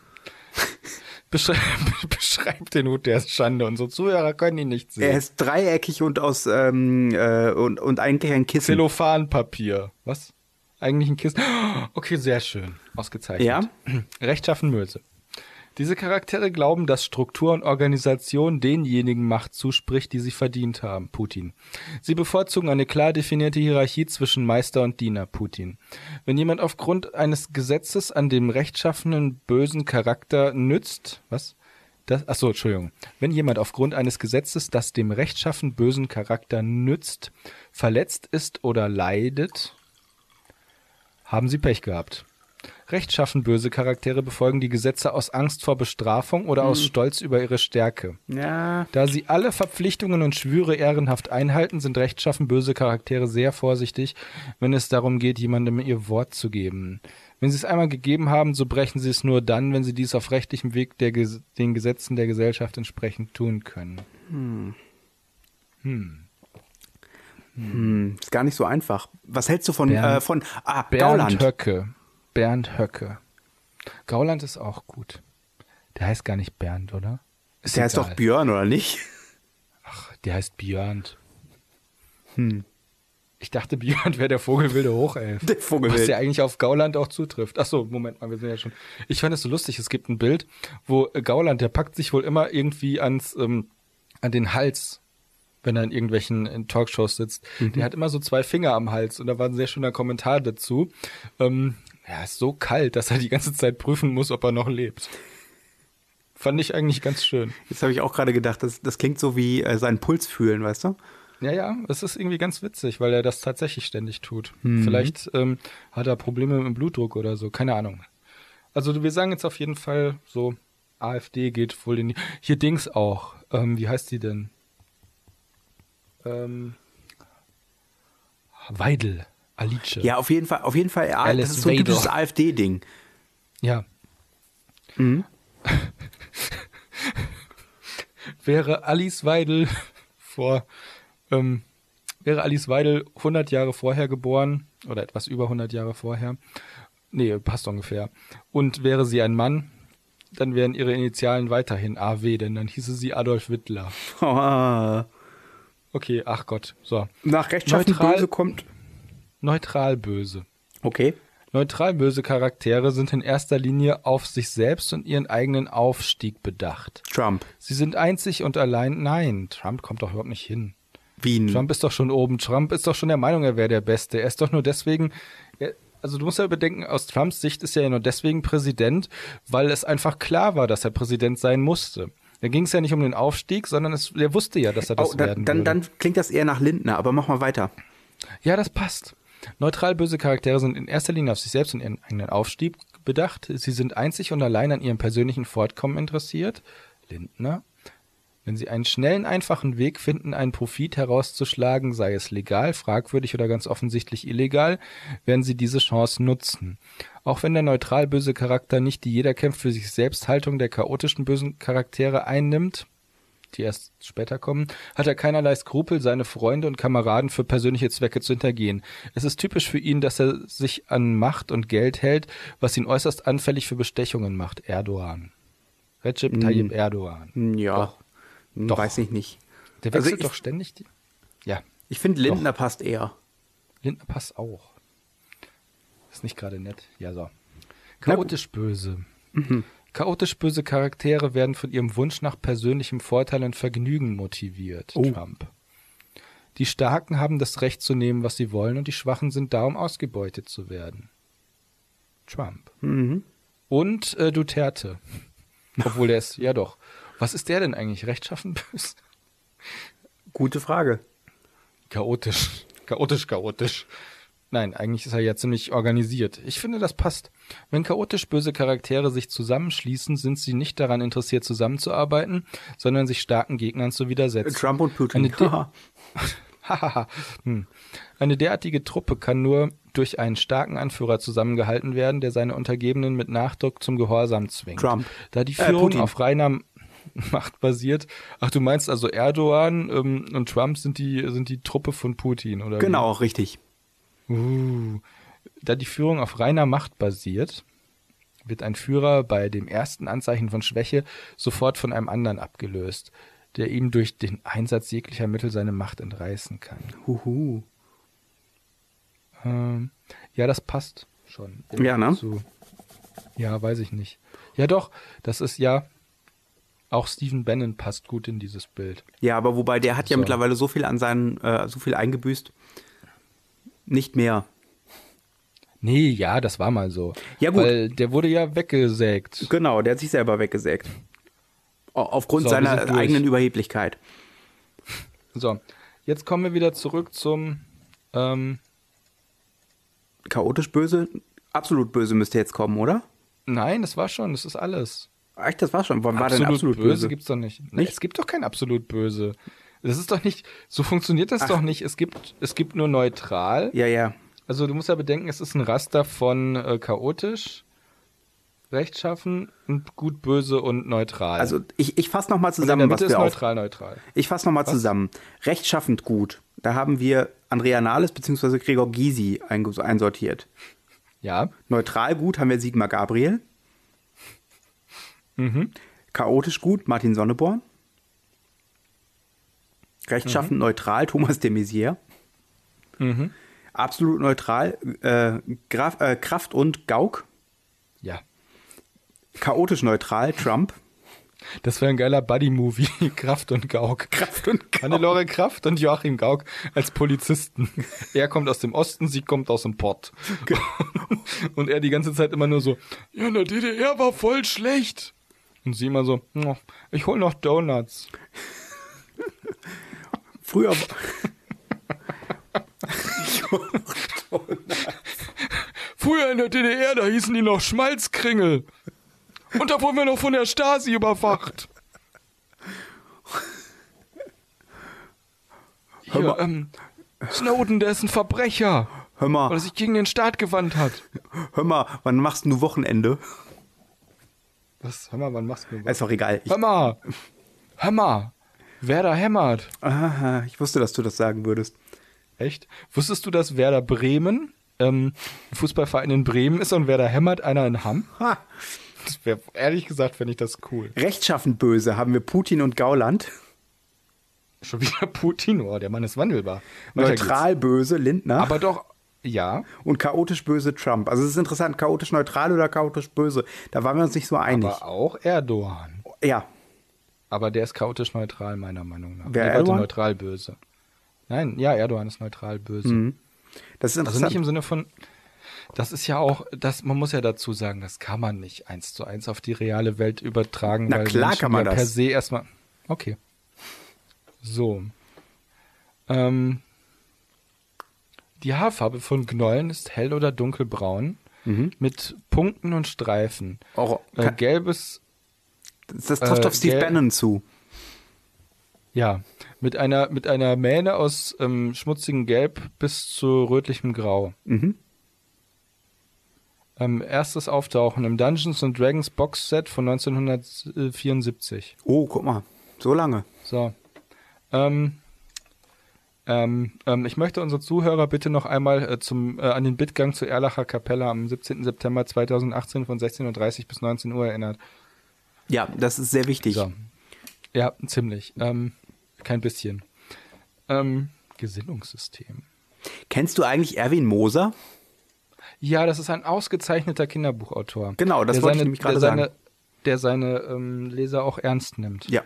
Beschreib, beschreib den Hut der Schande. Unsere Zuhörer können ihn nicht
Er
sehen.
ist dreieckig und aus ähm, äh, und, und eigentlich ein Kissen.
Zellophanpapier. Was? Eigentlich ein Kissen. Okay, sehr schön. Ausgezeichnet.
Ja.
Rechtschaffen Mülse. Diese Charaktere glauben, dass Struktur und Organisation denjenigen Macht zuspricht, die sie verdient haben, Putin. Sie bevorzugen eine klar definierte Hierarchie zwischen Meister und Diener, Putin. Wenn jemand aufgrund eines Gesetzes an dem rechtschaffenen bösen Charakter nützt, was? Das, achso, Entschuldigung. Wenn jemand aufgrund eines Gesetzes, das dem rechtschaffen bösen Charakter nützt, verletzt ist oder leidet, haben sie Pech gehabt. Rechtschaffen böse Charaktere befolgen die Gesetze aus Angst vor Bestrafung oder
Mhm.
aus Stolz über ihre Stärke.
Ja.
Da sie alle Verpflichtungen und Schwüre ehrenhaft einhalten, sind rechtschaffen böse Charaktere sehr vorsichtig, wenn es darum geht, jemandem ihr Wort zu geben. Wenn sie es einmal gegeben haben, so brechen sie es nur dann, wenn sie dies auf rechtlichem Weg der Ges den Gesetzen der Gesellschaft entsprechend tun können.
Hm, ist gar nicht so einfach. Was hältst du von,
Bernd-
äh, von ah,
Bernd
Gauland?
Höcke. Bernd Höcke. Gauland ist auch gut. Der heißt gar nicht Bernd, oder? Ist
Der heißt
egal.
doch Björn, oder nicht?
Ach, der heißt Björn. Hm. Ich dachte, Björn wäre der Vogelwilde Hochelf.
Der Vogelwild.
Was ja eigentlich auf Gauland auch zutrifft. Ach so, Moment mal, wir sind ja schon. Ich fand es so lustig, es gibt ein Bild, wo äh, Gauland, der packt sich wohl immer irgendwie ans, ähm, an den Hals, wenn er in irgendwelchen äh, Talkshows sitzt. Der hat immer so zwei Finger am Hals und da war ein sehr schöner Kommentar dazu. Ähm, ja, ist so kalt, dass er die ganze Zeit prüfen muss, ob er noch lebt. Fand ich eigentlich ganz schön.
Jetzt habe ich auch gerade gedacht, das, das klingt so wie äh, seinen Puls fühlen, weißt du?
Ja, ja, es ist irgendwie ganz witzig, weil er das tatsächlich ständig tut. Vielleicht ähm, hat er Probleme mit dem Blutdruck oder so, keine Ahnung. Also wir sagen jetzt auf jeden Fall so, AfD geht wohl in die... Hier Dings auch. Ähm, wie heißt die denn? Ähm, Weidel. Alice.
Ja, auf jeden Fall, auf jeden Fall, ah,
Alice
das ist so ein
Weidel.
typisches AfD-Ding.
Ja. wäre Alice Weidel vor, ähm, wäre Alice Weidel 100 Jahre vorher geboren oder etwas über 100 Jahre vorher, nee, passt ungefähr, und wäre sie ein Mann, dann wären ihre Initialen weiterhin AW, denn dann hieße sie Adolf Wittler.
Nach
Okay, ach Gott, so.
rechtschaffen
Neutral-
böse kommt.
Neutral böse.
Okay.
Neutral böse Charaktere sind in erster Linie auf sich selbst und ihren eigenen Aufstieg bedacht.
Trump.
Sie sind einzig und allein. Nein, Trump kommt doch überhaupt nicht hin.
Wien.
Trump ist doch schon oben. Trump ist doch schon der Meinung, er wäre der Beste. Er ist doch nur deswegen. Er, also du musst ja bedenken, aus Trumps Sicht ist er ja nur deswegen Präsident, weil es einfach klar war, dass er Präsident sein musste. Da ging es ja nicht um den Aufstieg, sondern es, er wusste ja, dass er das
Oh,
werden
dann, dann,
würde.
dann klingt das eher nach Lindner, aber mach mal weiter.
Ja, das passt. Neutral böse Charaktere sind in erster Linie auf sich selbst und ihren eigenen Aufstieg bedacht. Sie sind einzig und allein an ihrem persönlichen Fortkommen interessiert. Lindner. Wenn sie einen schnellen, einfachen Weg finden, einen Profit herauszuschlagen, sei es legal, fragwürdig oder ganz offensichtlich illegal, werden sie diese Chance nutzen. Auch wenn der neutral böse Charakter nicht die jeder kämpft für sich selbst Haltung der chaotischen bösen Charaktere einnimmt, die erst später kommen, hat er keinerlei Skrupel, seine Freunde und Kameraden für persönliche Zwecke zu hintergehen. Es ist typisch für ihn, dass er sich an Macht und Geld hält, was ihn äußerst anfällig für Bestechungen macht. Erdogan. Recep
Mhm.
Tayyip Erdogan.
Hm, Ja.
Doch.
Hm,
Doch.
Weiß ich nicht.
Der
Also
wechselt
ich-
doch ständig die. Ja,
Ich finde, Lindner passt eher.
Lindner passt auch. Ist nicht gerade nett. Ja, so.
Na Mhm.
Chaotisch böse. Chaotisch böse Charaktere werden von ihrem Wunsch nach persönlichem Vorteil und Vergnügen motiviert.
Oh.
Trump. Die Starken haben das Recht zu nehmen, was sie wollen, und die Schwachen sind da, um ausgebeutet zu werden. Trump.
Mhm.
Und äh, Duterte. Obwohl der ist, ja doch. Was ist der denn eigentlich? Rechtschaffen böse?
Gute Frage.
Chaotisch. Chaotisch, chaotisch. Nein, eigentlich ist er ja ziemlich organisiert. Ich finde, das passt. Wenn chaotisch böse Charaktere sich zusammenschließen, sind sie nicht daran interessiert, zusammenzuarbeiten, sondern sich starken Gegnern zu widersetzen.
Trump und Putin.
Eine Di- Hahaha. Hm. Eine derartige Truppe kann nur durch einen starken Anführer zusammengehalten werden, der seine Untergebenen mit Nachdruck zum Gehorsam zwingt.
Trump.
Da die
Äh,
Führung
Putin.
auf reiner Macht basiert. Ach, du meinst also Erdogan ähm, und Trump sind die, sind die Truppe von Putin, oder? wie?
genau, richtig.
Uh, da die Führung auf reiner Macht basiert, wird ein Führer bei dem ersten Anzeichen von Schwäche sofort von einem anderen abgelöst, der ihm durch den Einsatz jeglicher Mittel seine Macht entreißen kann.
Huhu.
Ähm, ja, das passt schon.
Ja, ne?
Zu- Ja, weiß ich nicht. Ja, doch, das ist ja. Auch Stephen Bannon passt gut in dieses Bild.
Ja, aber wobei der hat ja
So.
mittlerweile so viel an seinen, äh, so viel eingebüßt. Nicht mehr.
Nee, ja, das war mal so.
Ja, gut.
Weil der wurde ja weggesägt.
Genau, der hat sich selber weggesägt. Au- Aufgrund
So, wir
seiner
sind durch.
eigenen Überheblichkeit.
So, jetzt kommen wir wieder zurück zum ähm,
Chaotisch böse, Absolut böse müsste jetzt kommen, oder?
Nein, das war schon, das ist alles.
Echt, das war schon. Wann war
absolut
denn absolut
böse,
böse?
gibt's doch nicht.
Nicht?
Es gibt doch kein absolut böse. Das ist doch nicht, so funktioniert das
Ach.
doch nicht. Es gibt, es gibt nur neutral.
Ja, ja.
Also du musst ja bedenken, es ist ein Raster von äh, chaotisch, rechtschaffen und gut, böse und neutral.
Also ich, ich fasse nochmal
in der
zusammen, was
Mitte ist
wir auf,
neutral, neutral.
Ich fasse nochmal zusammen. Rechtschaffend gut. Da haben wir Andrea Nahles bzw. Gregor Gysi einge- einsortiert.
Ja,
Neutral gut haben wir Sigmar Gabriel. Mhm. Chaotisch gut Martin Sonneborn. Rechtschaffend neutral Thomas de Maizière. Mhm. Absolut neutral äh, Graf, äh, Kraft und Gauck.
ja.
Chaotisch neutral Trump.
Das wäre ein geiler Buddy-Movie. Kraft und Gauk.
Kraft und
Hannelore Kraft und Joachim Gauck als Polizisten. Er kommt aus dem Osten, sie kommt aus dem Pott. Und er die ganze Zeit immer nur so, ja, in der DDR war voll schlecht. Und sie immer so, "Mua, ich hol noch Donuts.
Früher.
Früher in der DDR, da hießen die noch Schmalzkringel. Und da wurden wir noch von der Stasi überwacht.
Hör mal.
Hier, ähm, Snowden, der ist ein Verbrecher, weil
Hör
er
mal,
sich gegen den Staat gewandt hat.
hör mal, wann machst du Wochenende?
Was? Hör mal, wann machst du
Ist doch egal. Ich,
Hör mal! Hör mal! Werder hämmert!
Aha, ich wusste, dass du das sagen würdest.
Echt? Wusstest du, dass Werder Bremen, ähm, ein Fußballverein in Bremen ist und Werder hämmert einer in Hamm?
Ha.
Das wär, ehrlich gesagt, fände ich das cool.
Rechtschaffend böse haben wir Putin und Gauland.
Schon wieder Putin, oh, der Mann ist wandelbar. Weiter geht's.
Neutral böse Lindner.
Aber doch, ja.
und chaotisch böse Trump. Also es ist interessant, chaotisch neutral oder chaotisch böse. Da waren wir uns nicht so einig.
Aber auch Erdogan.
ja,
Aber der ist chaotisch neutral, meiner Meinung nach.
Wer,
Nee, warte,
Erdogan?
neutral böse. Nein, ja, Erdogan ist neutral böse.
Hm. das ist
Also
interessant.
nicht im Sinne von, das ist ja auch, das, man muss ja dazu sagen, das kann man nicht eins zu eins auf die reale Welt übertragen.
Na klar
Menschen
kann
ja
man das.
per se erstmal. Okay. So. Ähm, die Haarfarbe von Gnollen ist hell oder dunkelbraun mit Punkten und Streifen.
Auch-
Äh,
Mhm. Oh, kann-
gelbes
das trifft
äh,
auf Steve
gel-
Bannon zu.
Ja, mit einer, mit einer Mähne aus ähm, schmutzigem Gelb bis zu rötlichem Grau. Ähm, erstes Auftauchen im Dungeons and Dragons Box Set von 1974.
Oh, guck mal, so lange.
So. Ähm, ähm, ähm, ich möchte unsere Zuhörer bitte noch einmal äh, zum, äh, an den Bittgang zur Erlacher Kapelle am 17. September 2018 von 16.30 Uhr bis 19 Uhr erinnern.
Ja, das ist sehr wichtig.
So. Ja, ziemlich. Ähm, kein bisschen. Ähm, Gesinnungssystem.
Kennst du eigentlich Erwin Moser?
Ja, das ist ein ausgezeichneter Kinderbuchautor.
Genau, das
Der
wollte ich
seine-
nämlich gerade
der seine-
sagen.
Der seine ähm, Leser auch ernst nimmt.
Ja.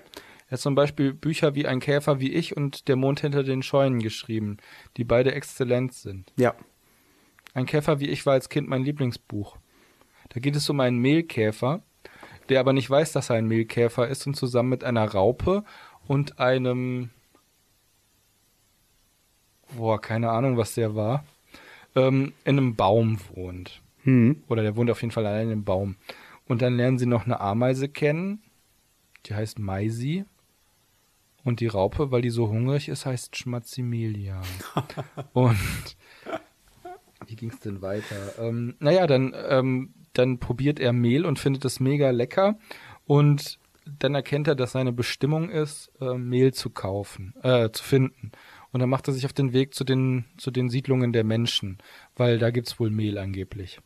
Er hat zum Beispiel Bücher wie Ein Käfer wie ich und Der Mond hinter den Scheunen geschrieben, die beide exzellent sind.
Ja.
Ein Käfer wie ich war als Kind mein Lieblingsbuch. Da geht es um einen Mehlkäfer, der aber nicht weiß, dass er ein Mehlkäfer ist und zusammen mit einer Raupe und einem boah, keine Ahnung, was der war, ähm, in einem Baum wohnt.
Hm.
Oder der wohnt auf jeden Fall allein im Baum. Und dann lernen sie noch eine Ameise kennen, die heißt Maisi. Und die Raupe, weil die so hungrig ist, heißt Schmatzimilia. Und wie ging es denn weiter? Ähm, naja, dann, ähm, dann probiert er Mehl und findet es mega lecker. Und dann erkennt er, dass seine Bestimmung ist, äh, Mehl zu kaufen, äh, zu finden. Und dann macht er sich auf den Weg zu den, zu den Siedlungen der Menschen, weil da gibt's wohl Mehl angeblich.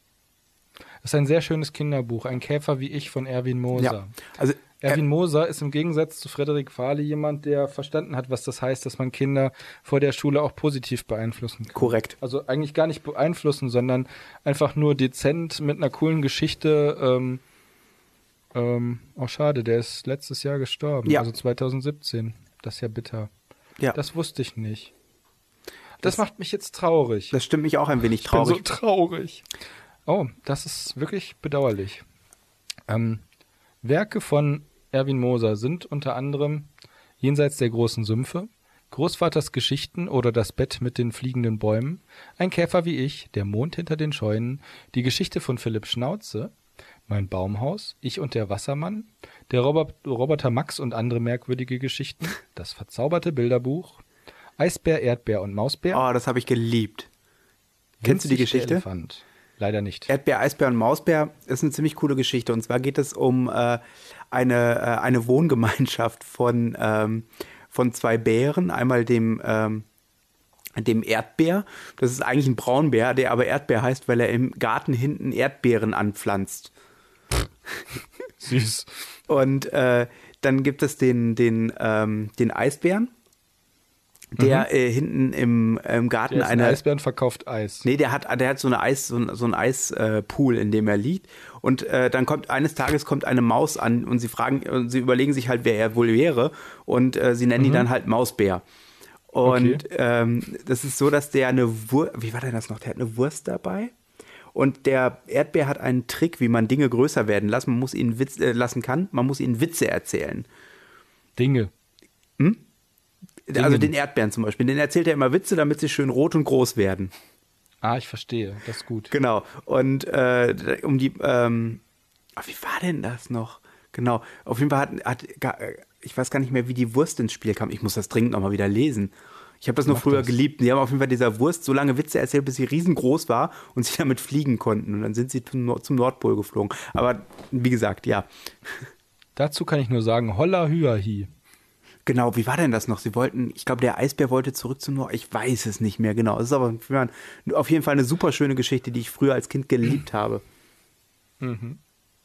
Das ist ein sehr schönes Kinderbuch, ein Käfer wie ich von Erwin Moser.
ja. Also
Erwin Moser ist im Gegensatz zu Frederik Fahle jemand, der verstanden hat, was das heißt, dass man Kinder vor der Schule auch positiv beeinflussen kann.
Korrekt.
Also eigentlich gar nicht beeinflussen, sondern einfach nur dezent mit einer coolen Geschichte. Ähm, ähm, auch schade, der ist letztes Jahr gestorben,
Ja.
also 2017. Das ist ja bitter.
ja, das,
Das wusste ich nicht. Das, macht mich jetzt traurig.
stimmt mich auch ein wenig
Ich bin so
traurig.
traurig. Oh, das ist wirklich bedauerlich. Ähm, Werke von Erwin Moser sind unter anderem Jenseits der großen Sümpfe, Großvaters Geschichten oder Das Bett mit den fliegenden Bäumen, Ein Käfer wie ich, Der Mond hinter den Scheunen, Die Geschichte von Philipp Schnauze, Mein Baumhaus, Ich und der Wassermann, Der Robert, Roboter Max und andere merkwürdige Geschichten, Das verzauberte Bilderbuch, Eisbär, Erdbär und Mausbär.
Oh, das habe ich geliebt. Kennst du
Winzig
die
der
Geschichte?
Elefant. Leider nicht.
Erdbeer, Eisbär und Mausbär ist eine ziemlich coole Geschichte. Und zwar geht es um äh, eine, äh, eine Wohngemeinschaft von, ähm, von zwei Bären. Einmal dem, ähm, dem Erdbär. Das ist eigentlich ein Braunbär, der aber Erdbär heißt, weil er im Garten hinten Erdbeeren anpflanzt.
Süß.
Und äh, dann gibt es den, den, ähm, den Eisbären, der äh, hinten im, im Garten
Mhm. Der ist ein
eine,
Eisbär und verkauft Eis.
Nee, der hat, der hat so eine Eis, so ein, so ein Eispool, äh, Pool, in dem er liegt. Und äh, dann kommt eines Tages kommt eine Maus an und sie fragen, und sie überlegen sich halt, wer er wohl wäre. Und äh, sie nennen ihn dann halt Mausbär. Und ähm, das ist so, dass der eine Wurst, wie war denn das noch? Der hat eine Wurst dabei. Und der Erdbär hat einen Trick, wie man Dinge größer werden lässt. Man muss ihn Witz, äh, lassen kann, man muss ihnen Witze erzählen.
Dinge.
Also
Dingen.
den Erdbeeren zum Beispiel. Den erzählt er immer Witze, damit sie schön rot und groß werden.
Ah, ich verstehe. Das ist gut.
Genau. Und äh, um die, ähm, ah, wie war denn das noch? Genau. Auf jeden Fall hat, hat ga- äh, ich weiß gar nicht mehr, wie die Wurst ins Spiel kam. Ich muss das dringend nochmal wieder lesen. Ich habe das nur
Mach
früher
das.
geliebt. Die haben auf jeden Fall dieser Wurst so lange Witze erzählt, bis sie riesengroß war und sie damit fliegen konnten. Und dann sind sie zum, Nord- zum Nordpol geflogen. Aber wie gesagt, ja.
Dazu kann ich nur sagen, holla hüa hi.
Genau, wie war denn das noch? Sie wollten, ich glaube, der Eisbär wollte zurück zum Nord. Ich weiß es nicht mehr genau. Es ist aber auf jeden Fall eine super schöne Geschichte, die ich früher als Kind geliebt habe.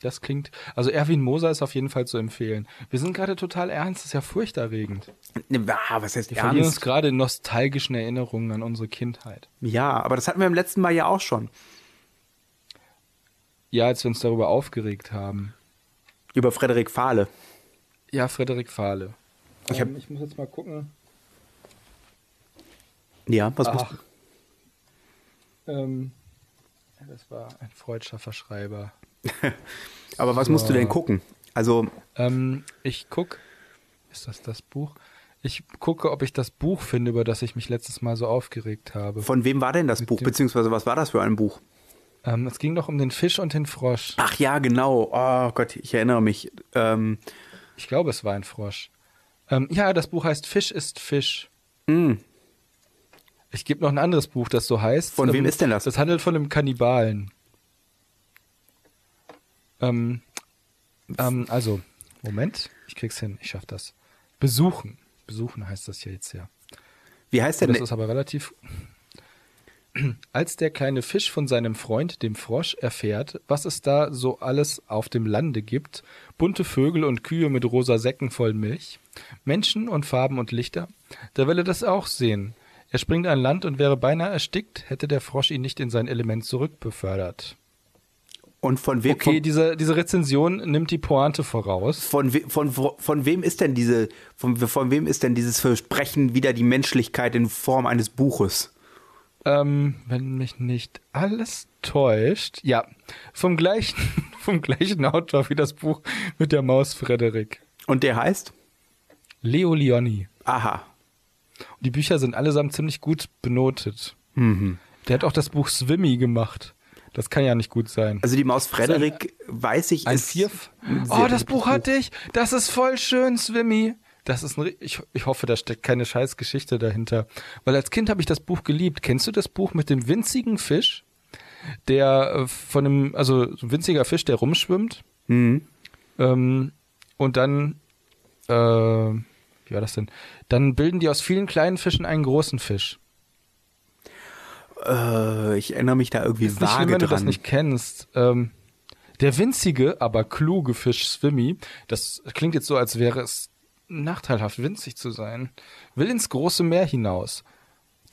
Das klingt. Also Erwin Moser ist auf jeden Fall zu empfehlen. Wir sind gerade total ernst, das ist ja furchterregend.
Ah, was heißt
Wir verlieren uns
ernst?
gerade in nostalgischen Erinnerungen an unsere Kindheit.
Ja, aber das hatten wir im letzten Mal ja auch schon.
Ja, als wir uns darüber aufgeregt haben.
Über Frederik Fahle.
Ja, Frederik Fahle. Ähm,
Ich hab-
ich muss jetzt mal gucken.
Ja, was musst
Ach. Ähm, das war ein freudscher Verschreiber.
aber was musst du denn gucken? Also,
Ähm, ich guck, ist das das Buch? Ich gucke, ob ich das Buch finde, über das ich mich letztes Mal so aufgeregt habe.
von wem war denn das Buch?
dem-
Beziehungsweise, was war das für ein Buch?
Ähm, es ging doch um den Fisch und den Frosch.
Ach ja, genau. Oh Gott, ich erinnere mich. Ähm,
Ich glaube, es war ein Frosch. Ähm, ja, das Buch heißt Fisch ist Fisch.
Hm.
Ich gebe noch ein anderes Buch, das so heißt. Ähm,
Von wem ist denn das?
Das handelt von einem Kannibalen. Ähm, ähm, also, Moment, ich krieg's hin, ich schaff das. Besuchen. Besuchen heißt das ja jetzt ja.
wie heißt denn
Das ist aber relativ. Als der kleine Fisch von seinem Freund, dem Frosch, erfährt, was es da so alles auf dem Lande gibt, bunte Vögel und Kühe mit rosa Säcken voll Milch, Menschen und Farben und Lichter, da will er das auch sehen. Er springt an Land und wäre beinahe erstickt, hätte der Frosch ihn nicht in sein Element zurückbefördert.
Und von wem,
Okay,
von,
diese, diese Rezension nimmt die Pointe voraus.
von, we- von, von, von wem ist denn diese, von, von wem ist denn dieses Versprechen wieder die Menschlichkeit in Form eines Buches?
Ähm, wenn mich nicht alles täuscht, ja, vom gleichen, vom gleichen Autor wie das Buch mit der Maus Frederik.
Und der heißt?
Leo Leoni.
Aha.
Die Bücher sind allesamt ziemlich gut benotet. Der hat auch das Buch Swimmy gemacht. Das kann ja nicht gut sein.
Also die Maus Frederik, weiß ich,
Ein
ist
Vierf.
ein sehr
Oh, das
gutes
Buch hatte ich. Das ist voll schön, Swimmy. Das ist ein, ri- ich, ich hoffe, da steckt keine scheiß Geschichte dahinter. Weil als Kind habe ich das Buch geliebt. Kennst du das Buch mit dem winzigen Fisch, der äh, von einem, also so ein winziger Fisch, der rumschwimmt?
Mhm.
Ähm, und dann, äh, wie war das denn? Dann bilden die aus vielen kleinen Fischen einen großen Fisch.
Äh, ich erinnere mich da irgendwie
Ist nicht
vage
schlimm, wenn du
dran.
das nicht kennst. Ähm, der winzige, aber kluge Fisch Swimmy, das klingt jetzt so, als wäre es nachteilhaft, winzig zu sein, will ins große Meer hinaus.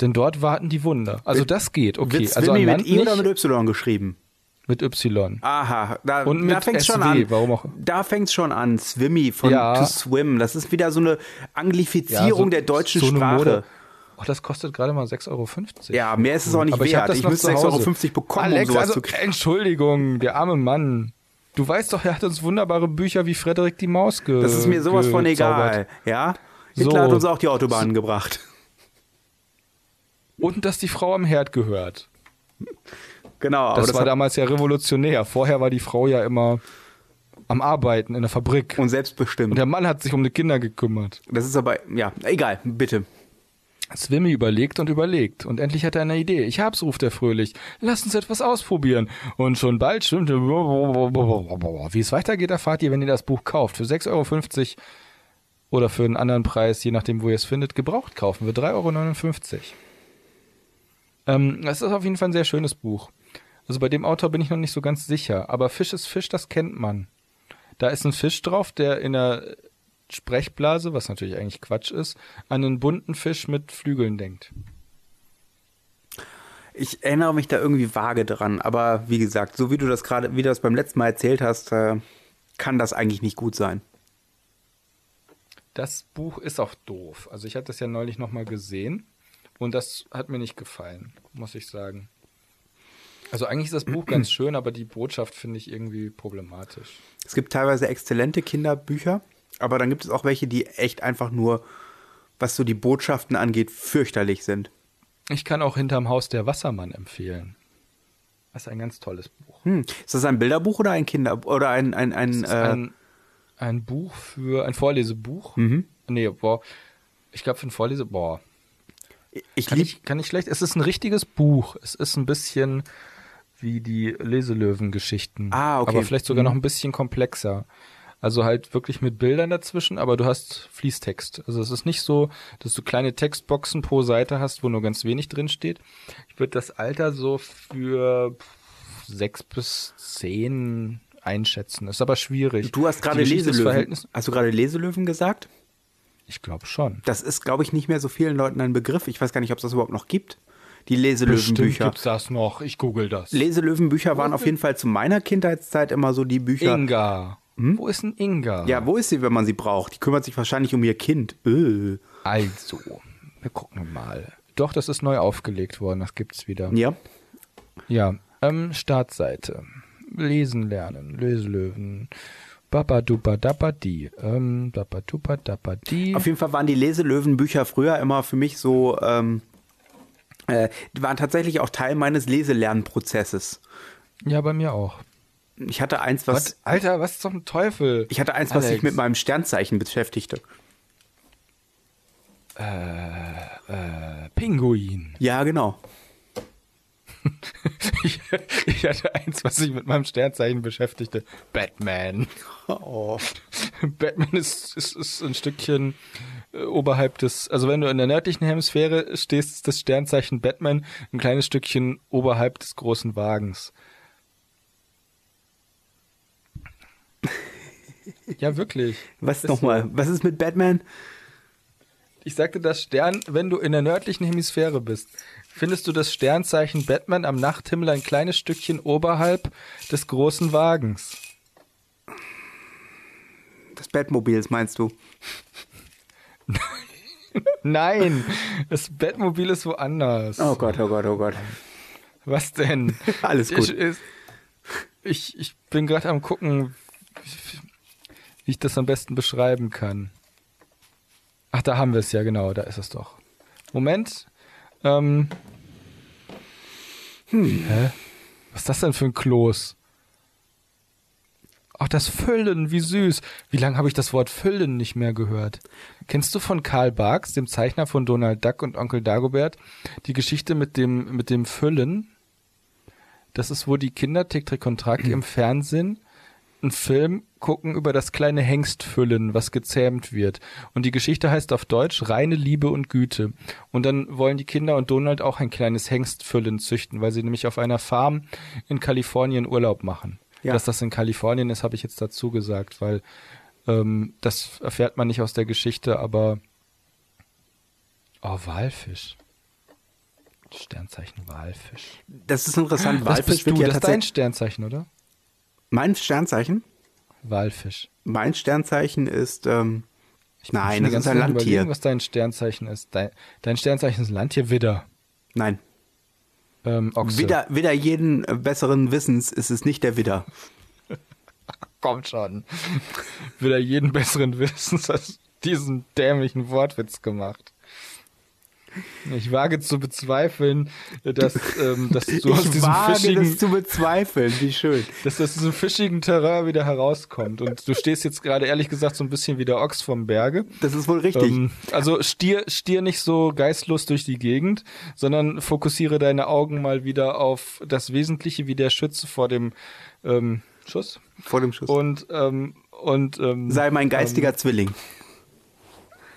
Denn dort warten die Wunder. Also das geht, okay.
Wird
also
Swimmy
an Land
mit I oder
nicht,
mit Y geschrieben?
mit Y.
Aha, da,
Und
da
mit
fängt's schon
SW,
an.
warum auch-
Da fängt's schon an. Swimmy von
Ja.
to swim. Das ist wieder so eine Anglifizierung
Ja, so-
der deutschen
so eine Mode.
Sprache.
Oh, das kostet gerade mal 6,50 Euro.
Ja, mehr ist es auch nicht
Aber ich hab
wert.
das
Ich,
noch
müsste
zu
6,50
Hause.
Euro bekommen,
Alex,
um sowas
also,
zu kriegen.
Entschuldigung, der arme Mann. Du weißt doch, er hat uns wunderbare Bücher wie Frederik die Maus ge
Das ist mir sowas von
gezaubert.
egal. Ja? Hitler hat uns auch die Autobahnen gebracht.
Und dass die Frau am Herd gehört.
Genau, aber
Das, war
hat-
damals ja revolutionär. Vorher war die Frau ja immer am Arbeiten in der Fabrik.
und selbstbestimmt.
Und der Mann hat sich um die Kinder gekümmert.
das ist aber, ja, egal, bitte.
Swimmy überlegt und überlegt. Und endlich hat er eine Idee. Ich hab's, ruft er fröhlich. Lass uns etwas ausprobieren. Und schon bald schwimmt er. Wie es weitergeht, erfahrt ihr, wenn ihr das Buch kauft. Für 6,50 Euro oder für einen anderen Preis, je nachdem, wo ihr es findet, gebraucht kaufen. Für 3,59 Euro. Ähm, das ist auf jeden Fall ein sehr schönes Buch. Also bei dem Autor bin ich noch nicht so ganz sicher. Aber Fisch ist Fisch, das kennt man. Da ist ein Fisch drauf, der in der Sprechblase, was natürlich eigentlich Quatsch ist, an einen bunten Fisch mit Flügeln denkt.
Ich erinnere mich da irgendwie vage dran, aber wie gesagt, so wie du das gerade, wie du das beim letzten Mal erzählt hast, äh, kann das eigentlich nicht gut sein.
Das Buch ist auch doof. Also ich habe das ja neulich nochmal gesehen und das hat mir nicht gefallen, muss ich sagen. Also eigentlich ist das Buch ganz schön, aber die Botschaft finde ich irgendwie problematisch.
Es gibt teilweise exzellente Kinderbücher, aber dann gibt es auch welche, die echt einfach nur, was so die Botschaften angeht, fürchterlich sind.
Ich kann auch Hinterm Haus der Wassermann empfehlen. Das ist ein ganz tolles Buch.
Hm. Ist das ein Bilderbuch oder ein Kinder oder ein ein ein,
Das ist
äh,
ein, ein Buch für, ein Vorlesebuch.
Mhm.
Nee, boah. Ich glaube, für ein Vorlese, boah.
äh, ich
Kann
lieb
ich, kann ich schlecht. Es ist ein richtiges Buch. Es ist ein bisschen wie die Leselöwen-Geschichten.
Ah, okay.
Aber vielleicht sogar noch ein bisschen komplexer. Also halt wirklich mit Bildern dazwischen, aber du hast Fließtext. Also es ist nicht so, dass du kleine Textboxen pro Seite hast, wo nur ganz wenig drin steht. Ich würde das Alter so für sechs bis zehn einschätzen. Ist aber schwierig.
du hast gerade
Die Geschichte des
Leselöwen.
Verhältnis-
Hast du gerade Leselöwen gesagt?
Ich glaube schon.
Das ist glaube ich nicht mehr so vielen Leuten ein Begriff. Ich weiß gar nicht, ob es das überhaupt noch gibt. Die
Bestimmt
Leselöwenbücher.
gibt's das noch. Ich google das.
Leselöwenbücher waren auf jeden Fall zu meiner Kindheitszeit immer so die Bücher.
Inga. Wo ist denn Inga?
Hm? Ja, wo ist sie, wenn man sie braucht? Die kümmert sich wahrscheinlich um ihr Kind. Öh.
Also, wir gucken mal. Doch, das ist neu aufgelegt worden. Das gibt's wieder.
Ja.
Ja. Ähm, Startseite. Lesen lernen. Leselöwen. Babadupadabadi. Ähm, Babadupadabadi.
Auf jeden Fall waren die Leselöwenbücher früher immer für mich so, ähm, äh, die waren tatsächlich auch Teil meines Leselernprozesses.
Ja, bei mir auch.
Ich hatte eins, was,
Was? Alter, was zum Teufel?
ich hatte eins, was sich
Alex.
mit meinem Sternzeichen beschäftigte.
äh, Pinguin.
Ja, genau.
ich, ich hatte eins, was sich mit meinem Sternzeichen beschäftigte. Batman.
Oh.
Batman ist, ist, ist ein Stückchen äh, oberhalb des, also wenn du in der nördlichen Hemisphäre stehst, ist das Sternzeichen Batman ein kleines Stückchen oberhalb des großen Wagens. Ja, wirklich.
Was
Ist
nochmal? Was ist mit Batman?
Ich sagte das Stern, wenn du in der nördlichen Hemisphäre bist, findest du das Sternzeichen Batman am Nachthimmel ein kleines Stückchen oberhalb des großen Wagens.
Das Batmobils meinst du?
Nein, das Batmobil ist woanders.
Oh Gott, oh Gott, oh Gott.
Was denn?
Alles gut.
Ich, ist- ich, ich bin gerade am gucken, wie ich das am besten beschreiben kann. Ach, da haben wir es ja, genau, da ist es doch. Moment. Ähm.
Hm.
Hä? Was ist das denn für ein Kloß? Ach, das Füllen, wie süß. Wie lange habe ich das Wort Füllen nicht mehr gehört? Kennst du von Karl Barks, dem Zeichner von Donald Duck und Onkel Dagobert, die Geschichte mit dem, mit dem Füllen? Das ist, wo die Kinder Tick, Trick und Track im Fernsehen einen Film gucken über das kleine Hengstfüllen, was gezähmt wird. Und die Geschichte heißt auf Deutsch reine Liebe und Güte. Und dann wollen die Kinder und Donald auch ein kleines Hengstfüllen züchten, weil sie nämlich auf einer Farm in Kalifornien Urlaub machen.
Ja.
Dass das in Kalifornien ist, habe ich jetzt dazu gesagt, weil ähm, das erfährt man nicht aus der Geschichte, aber oh, Walfisch. Sternzeichen Walfisch.
Das ist interessant.
Das
Walfisch
bist du,
wird ja
das ist dein
tatsächlich.
Sternzeichen, oder?
Mein Sternzeichen?
Walfisch.
Mein Sternzeichen ist. Ähm,
Ich
nein,
bin
das
die
ist
ganze
ein
Zeit am genau überlegen,
Landtier.
was dein Sternzeichen ist. Dein, dein Sternzeichen ist ein Landtier Widder.
Nein.
Ähm, Ochse.
Wider, wider jeden äh, besseren Wissens ist es nicht der Widder.
Kommt schon. Widder jeden besseren Wissens. Das diesen dämlichen Wortwitz gemacht. Ich wage zu bezweifeln, dass, ähm, dass du aus
ich
diesem
wage
fischigen,
das zu bezweifeln, wie schön.
dass du aus diesem fischigen Terrain wieder herauskommt. Und du stehst jetzt gerade ehrlich gesagt so ein bisschen wie der Ochs vom Berge.
Das ist wohl richtig.
Ähm, also stier, stier nicht so geistlos durch die Gegend, sondern fokussiere deine Augen mal wieder auf das Wesentliche, wie der Schütze vor dem ähm, Schuss.
vor dem Schuss.
Und, ähm, und ähm,
Sei mein geistiger Zwilling.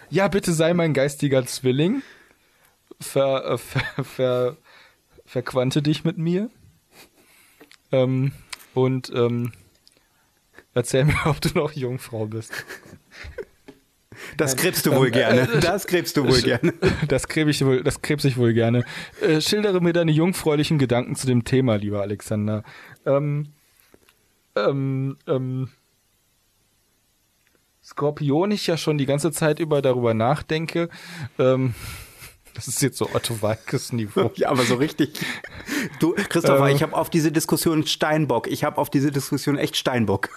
ja, bitte sei mein geistiger Zwilling. Ver, äh, ver, ver, verquante dich mit mir. Ähm, und ähm, erzähl mir, ob du noch Jungfrau bist.
Das krebst du
Also,
wohl gerne. Das krebst du wohl gerne.
Das krebs ich wohl, das krebs ich wohl gerne. Äh, schildere mir deine jungfräulichen Gedanken zu dem Thema, lieber Alexander. Ähm, ähm, ähm, Skorpion, ich ja schon die ganze Zeit über darüber nachdenke. Ähm, das ist jetzt so Otto Walkes Niveau.
Ja, aber so richtig. Du,
Äh.
Christopher, ich habe auf diese Diskussion Steinbock. Ich habe auf diese Diskussion echt Steinbock.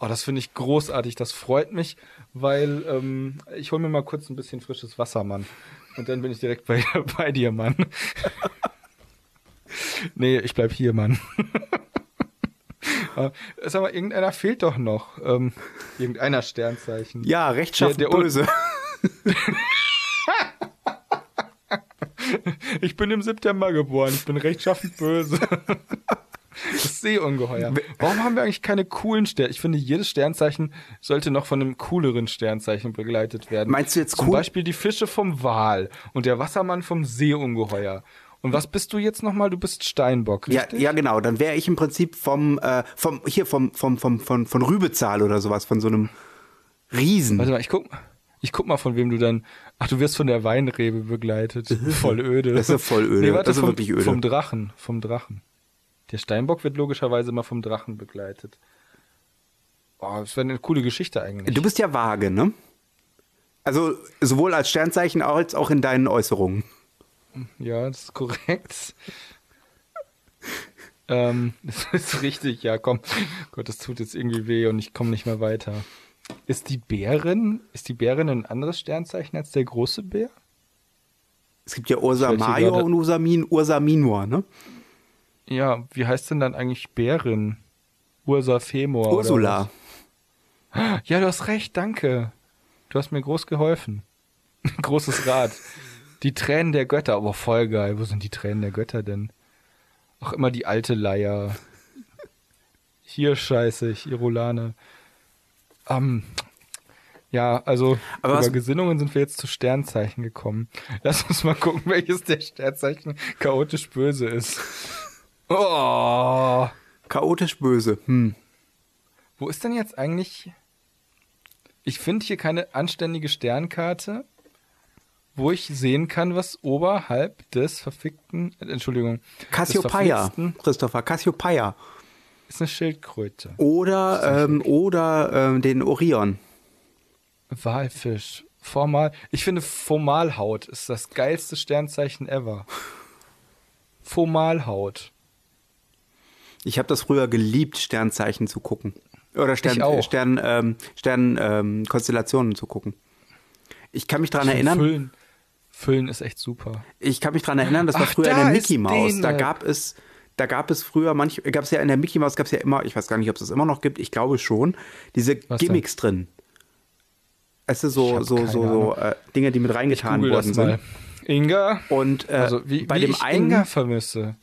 Oh, das finde ich großartig. Das freut mich, weil ähm, ich hole mir mal kurz ein bisschen frisches Wasser, Mann. Und dann bin ich direkt bei, bei dir, Mann. nee, ich bleib hier, Mann. Äh, Sag mal, irgendeiner fehlt doch noch. Ähm, irgendeiner Sternzeichen.
Ja, Rechtschaft
Der- der-
böse.
Ich bin im September geboren. Ich bin rechtschaffend böse. Das Seeungeheuer. Warum haben wir eigentlich keine coolen Sterne? Ich finde, jedes Sternzeichen sollte noch von einem cooleren Sternzeichen begleitet werden.
Meinst du jetzt
Zum
cool?
Beispiel die Fische vom Wal und der Wassermann vom Seeungeheuer. Und was bist du jetzt nochmal? Du bist Steinbock,
Ja,
richtig?
ja, genau. Dann wäre ich im Prinzip vom, äh, vom hier vom, vom, vom, von, von Rübezahl oder sowas, von so einem Riesen.
Warte mal, ich guck, ich guck mal, von wem du dann. Ach, du wirst von der Weinrebe begleitet. Voll öde.
Das ist voll öde. Das ist
vom,
wirklich öde.
Vom Drachen, vom Drachen. Der Steinbock wird logischerweise immer vom Drachen begleitet. Oh, das wäre eine coole Geschichte eigentlich.
Du bist ja vage, ne? Also sowohl als Sternzeichen als auch in deinen Äußerungen.
Ja, das ist korrekt. ähm, das ist richtig, ja, komm. Gott, das tut jetzt irgendwie weh und ich komme nicht mehr weiter. Ist die Bärin, ist die Bärin ein anderes Sternzeichen als der große Bär?
Es gibt ja Ursa
Ich werd hier
Major
gerade-
und Ursa, Min, Ursa Minor, ne?
Ja, wie heißt denn dann eigentlich Bärin? Ursa Femur. oder
Ursula.
was? Ja, du hast recht, danke. Du hast mir groß geholfen. Großes Rad. Die Tränen der Götter, aber voll geil. Wo sind die Tränen der Götter denn? Auch immer die alte Leier. Hier scheiße ich, Irolane. Ähm, ja, also
Aber was-
über Gesinnungen sind wir jetzt zu Sternzeichen gekommen. Lass uns mal gucken, welches der Sternzeichen chaotisch böse ist. Oh.
Chaotisch böse. Hm.
Wo ist denn jetzt eigentlich. Ich finde hier keine anständige Sternkarte, wo ich sehen kann, was oberhalb des verfickten. äh, Entschuldigung. des
Cassiopeia,
verflixten-
Christopher, Cassiopeia.
Ist eine Schildkröte.
Oder, ähm, oder ähm, den Orion.
Walfisch. Formal. Ich finde, Formalhaut ist das geilste Sternzeichen ever. Formalhaut.
Ich habe das früher geliebt, Sternzeichen zu gucken. Oder Stern,
Ich auch.
Stern, ähm, Stern ähm, Konstellationen zu gucken. Ich kann mich daran erinnern,
Füllen. Füllen ist echt super.
ich kann mich daran erinnern, das war
Ach,
früher in
da
der
ist
Mickey Mouse.
Däne.
Da gab es, da gab es früher manch, gab es ja in der Mickey Mouse gab es ja immer, ich weiß gar nicht, ob es das immer noch gibt, ich glaube schon, diese
Was denn?
Gimmicks drin. Es ist
Ich
so,
hab
so,
keine
so, so äh, Dinge, die mit reingetan
Google
worden
das mal.
sind.
Inga.
Und äh,
Also wie,
bei
wie
dem
ich
einen
Inga vermisse.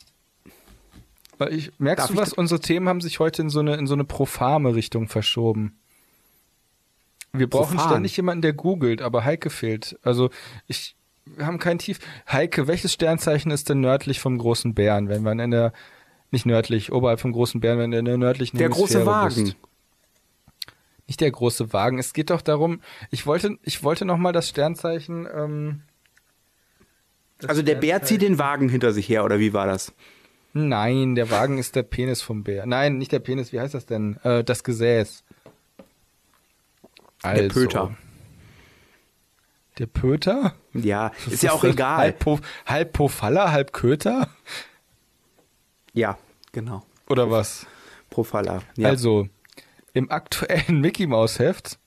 Weil ich, merkst
Darf
du
ich
was?
da-
Unsere Themen haben sich heute in so eine, in so eine profane Richtung verschoben. Wir brauchen
Profan.
ständig jemanden, der googelt, aber Heike fehlt. Also ich, wir haben kein Tief. Heike, welches Sternzeichen ist denn nördlich vom großen Bären, wenn man in der, nicht nördlich, oberhalb vom großen Bären, wenn du in der nördlichen
der große
Hemisphäre
Wagen.
Bist? Nicht der große Wagen. Es geht doch darum, ich wollte, ich wollte nochmal das Sternzeichen, ähm, das
Also der Bär zieht den Wagen hinter sich her, oder wie war das?
Nein, der Wagen ist der Penis vom Bär. Nein, nicht der Penis, wie heißt das denn? Äh, das Gesäß. Also,
Der Pöter.
Der Pöter?
Ja, ist
Was
ja auch
das?
egal.
Halb, po, halb Pofalla, halb Köter?
Ja, genau.
Oder was?
Profala. Ja.
Also, im aktuellen Mickey Maus Heft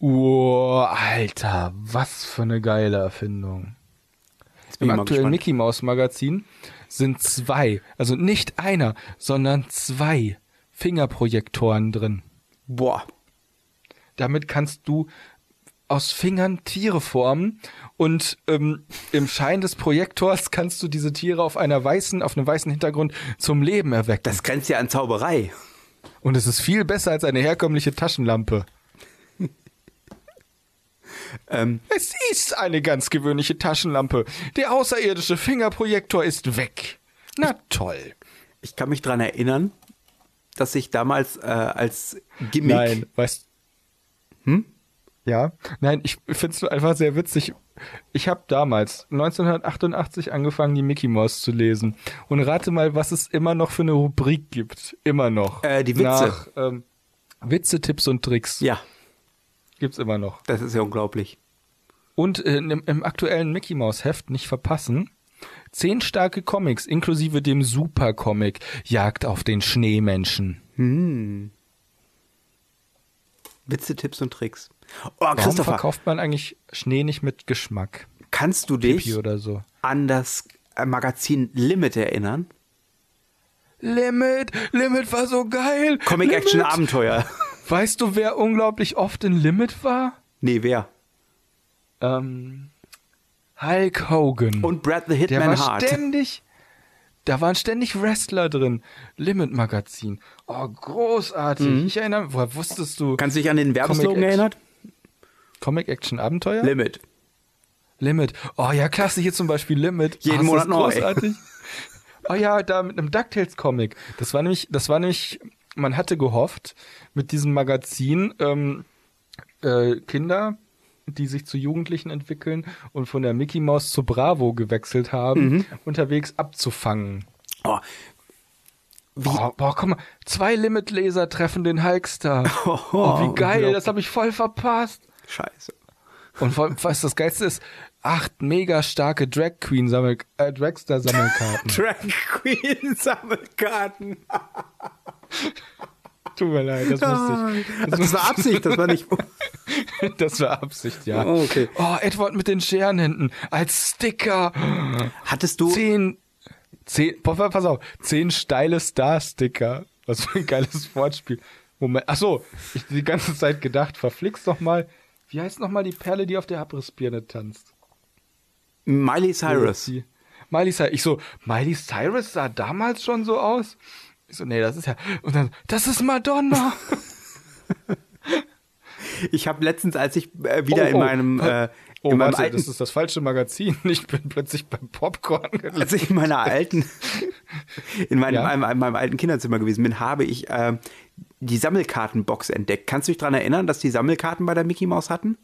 Oh, Alter, was für eine geile Erfindung.
Jetzt bin
Im
ich mal
aktuellen
gespannt.
Mickey Mouse Magazin sind zwei, also nicht einer, sondern zwei Fingerprojektoren drin.
Boah.
Damit kannst du aus Fingern Tiere formen und ähm, im Schein des Projektors kannst du diese Tiere auf einer weißen, auf einem weißen Hintergrund zum Leben erwecken.
Das grenzt ja an Zauberei.
und es ist viel besser als eine herkömmliche Taschenlampe.
Ähm,
Es ist eine ganz gewöhnliche Taschenlampe. Der außerirdische Fingerprojektor ist weg. Na toll.
ich kann mich dran erinnern, dass ich damals äh, als Gimmick.
Nein, weißt Hm? Ja? Nein, ich find's nur einfach sehr witzig. Ich habe damals 1988 angefangen, die Mickey Mouse zu lesen. Und rate mal, was es immer noch für eine Rubrik gibt. Immer noch.
Äh, die Witze.
Nach, ähm, Witze, Tipps und Tricks
Ja,
gibt's immer noch.
das ist ja unglaublich.
Und äh, im, im aktuellen Mickey Mouse Heft nicht verpassen. Zehn starke Comics, inklusive dem Supercomic Jagd auf den Schneemenschen.
Witze, Tipps und Tricks. Oh,
Warum
Christopher,
verkauft man eigentlich Schnee nicht mit Geschmack?
kannst du
Pipi
dich
oder so.
an das äh, Magazin Limit erinnern?
Limit, Limit war so geil.
Comic
Limit.
Action Abenteuer.
Weißt du, wer unglaublich oft in Limit war?
Nee, wer?
Ähm, Hulk Hogan.
Und Brad the
der
Hitman
war
Hart.
ständig. Da waren ständig Wrestler drin. Limit Magazin. Oh, großartig.
Mhm.
Ich erinnere mich, woher wusstest du?
Kannst du dich an den Werbeslogan
Comic Action.
erinnern?
Comic Action Abenteuer?
Limit.
Limit. Oh ja, klasse, hier zum Beispiel Limit.
Jeden
Ah, ist
Monat
das
neu.
großartig. Oh ja, da mit einem DuckTales-Comic. Das war nämlich, das war nämlich, man hatte gehofft, mit diesem Magazin ähm, äh, Kinder, die sich zu Jugendlichen entwickeln und von der Mickey Mouse zu Bravo gewechselt haben,
Mhm.
unterwegs abzufangen.
Oh, Wie-
Oh, boah, guck mal, zwei Limit-Leser treffen den Hulkster. Oh, wie geil,
unglaublich.
das habe ich voll verpasst.
scheiße.
Und vor allem, was das Geilste ist, acht mega starke Drag Queen Sammel äh, Dragster Sammelkarten.
Drag Queen Sammelkarten.
Tut mir leid, das musste
Ah, Das, war Absicht, das war nicht.
ich. Ah. Das war Absicht, ja.
Oh, okay.
Oh, Edward mit den Scheren hinten als Sticker.
Hattest du.
Zehn, zehn, pass pass auf, zehn steile Star Sticker. Was für ein geiles Wortspiel. Moment, ach so, ich hab die ganze Zeit gedacht, verflixt doch mal. Wie heißt noch mal die Perle, die auf der Abrissbirne tanzt?
Miley Cyrus.
Die- Miley Cyrus. Ich so, Miley Cyrus sah damals schon so aus. Ich so, nee, das ist ja. Und dann, das ist Madonna.
Ich habe letztens, als ich äh, wieder
Oh,
in
oh.
meinem, äh,
Oh,
in meinem
warte,
alten,
das ist das falsche Magazin. Ich bin plötzlich beim Popcorn gelandet.
als ich in meiner alten, in meinem,
Ja.
in meinem, in meinem alten Kinderzimmer gewesen bin, habe ich äh, die Sammelkartenbox entdeckt. Kannst du dich daran erinnern, dass die Sammelkarten bei der Mickey Maus hatten?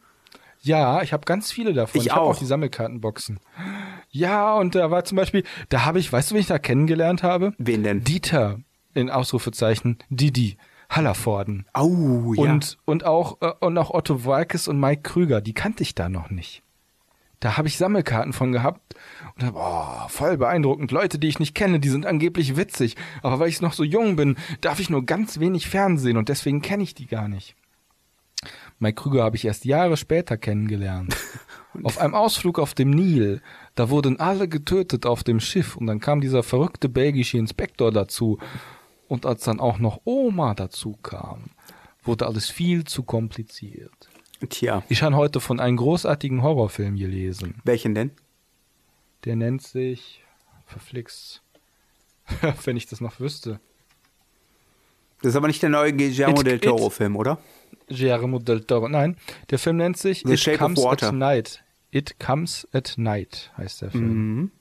Ja, ich habe ganz viele davon.
Ich
hab
auch.
auch die Sammelkartenboxen. Ja, und da war zum Beispiel, da habe ich, weißt du, wen ich da kennengelernt habe?
Wen denn?
Dieter in Ausrufezeichen, Didi, Hallervorden.
Oh, ja.
Und, und, auch, äh, und auch Otto Walkes und Mike Krüger, die kannte ich da noch nicht. Da habe ich Sammelkarten von gehabt und hab, oh, voll beeindruckend. Leute, die ich nicht kenne, die sind angeblich witzig. Aber weil ich noch so jung bin, darf ich nur ganz wenig Fernsehen und deswegen kenne ich die gar nicht. Mike Krüger habe ich erst Jahre später kennengelernt. auf einem Ausflug auf dem Nil, da wurden alle getötet auf dem Schiff und dann kam dieser verrückte belgische Inspektor dazu. Und als dann auch noch Oma dazu kam, wurde alles viel zu kompliziert.
Tja,
Ich habe heute von einem großartigen Horrorfilm gelesen.
welchen denn?
Der nennt sich Verflixt. Wenn ich das noch wüsste.
Das ist aber nicht der neue Guillermo
It-
del
it-
Toro-Film, oder?
Guillermo del Toro. Nein, der Film nennt sich
The Shape of Water.
at Night. It Comes at Night heißt der Film.
Mhm.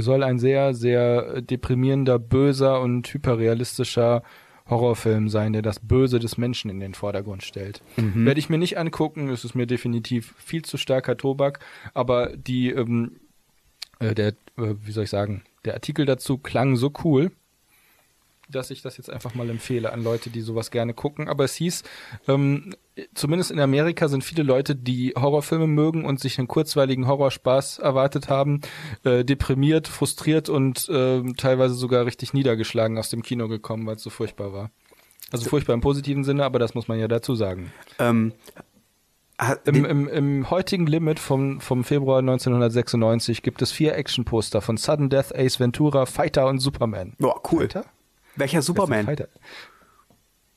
Soll ein sehr, sehr deprimierender, böser und hyperrealistischer Horrorfilm sein, der das Böse des Menschen in den Vordergrund stellt.
Mhm.
Werde ich mir nicht angucken, es ist mir definitiv viel zu starker Tobak, aber die, ähm, äh, der, äh, wie soll ich sagen, der Artikel dazu klang so cool, dass ich das jetzt einfach mal empfehle an Leute, die sowas gerne gucken. Aber es hieß, ähm, zumindest in Amerika sind viele Leute, die Horrorfilme mögen und sich einen kurzweiligen Horrorspaß erwartet haben, äh, deprimiert, frustriert und ähm, teilweise sogar richtig niedergeschlagen aus dem Kino gekommen, weil es so furchtbar war. Also furchtbar im positiven Sinne, aber das muss man ja dazu sagen.
Ähm, ha-
Im,
den-
im, im heutigen Limit vom, vom Februar 1996 gibt es vier Action-Poster von Sudden Death, Ace Ventura, Fighter und Superman.
boah, cool.
Fighter?
Welcher Superman?
Fighter.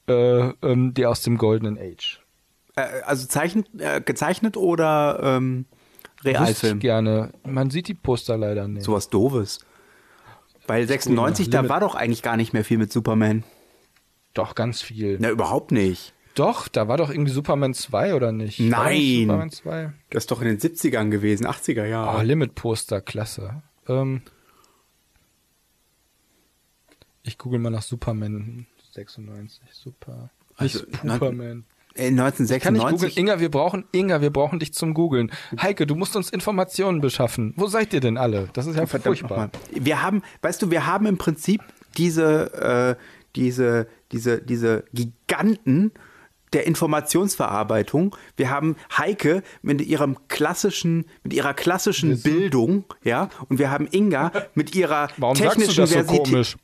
Äh, ähm, die aus dem Goldenen Age.
Äh, also zeichnet, äh, gezeichnet oder ähm,
Wüsste
Realfilm?
ich gerne. Man sieht die Poster leider nicht.
Sowas Doofes. Weil 96, da
Limit.
war doch eigentlich gar nicht mehr viel mit Superman.
Doch, ganz viel.
Na, überhaupt nicht.
Doch, da war doch irgendwie Superman 2, oder nicht? War das
Nein.
Superman 2?
Das ist doch in den 70ern gewesen, 80er
Oh,
Jahre.
Limit-Poster, klasse. Ähm, ich google mal nach Superman 96. Super. Nicht
Also,
Superman.
Äh,
Kann ich googeln?
1996.
Inga, wir brauchen, Inga, wir brauchen dich zum Googeln. Heike, du musst uns Informationen beschaffen. Wo seid ihr denn alle? Das ist ja
Verdammt
furchtbar.
nochmal. Wir haben, weißt du, wir haben im Prinzip diese, äh, diese, diese, diese Giganten der Informationsverarbeitung. Wir haben Heike mit ihrem klassischen, mit ihrer klassischen Bildung, ja, und wir haben Inga mit ihrer
Warum
technischen
sagst du das so
Versiti-
komisch?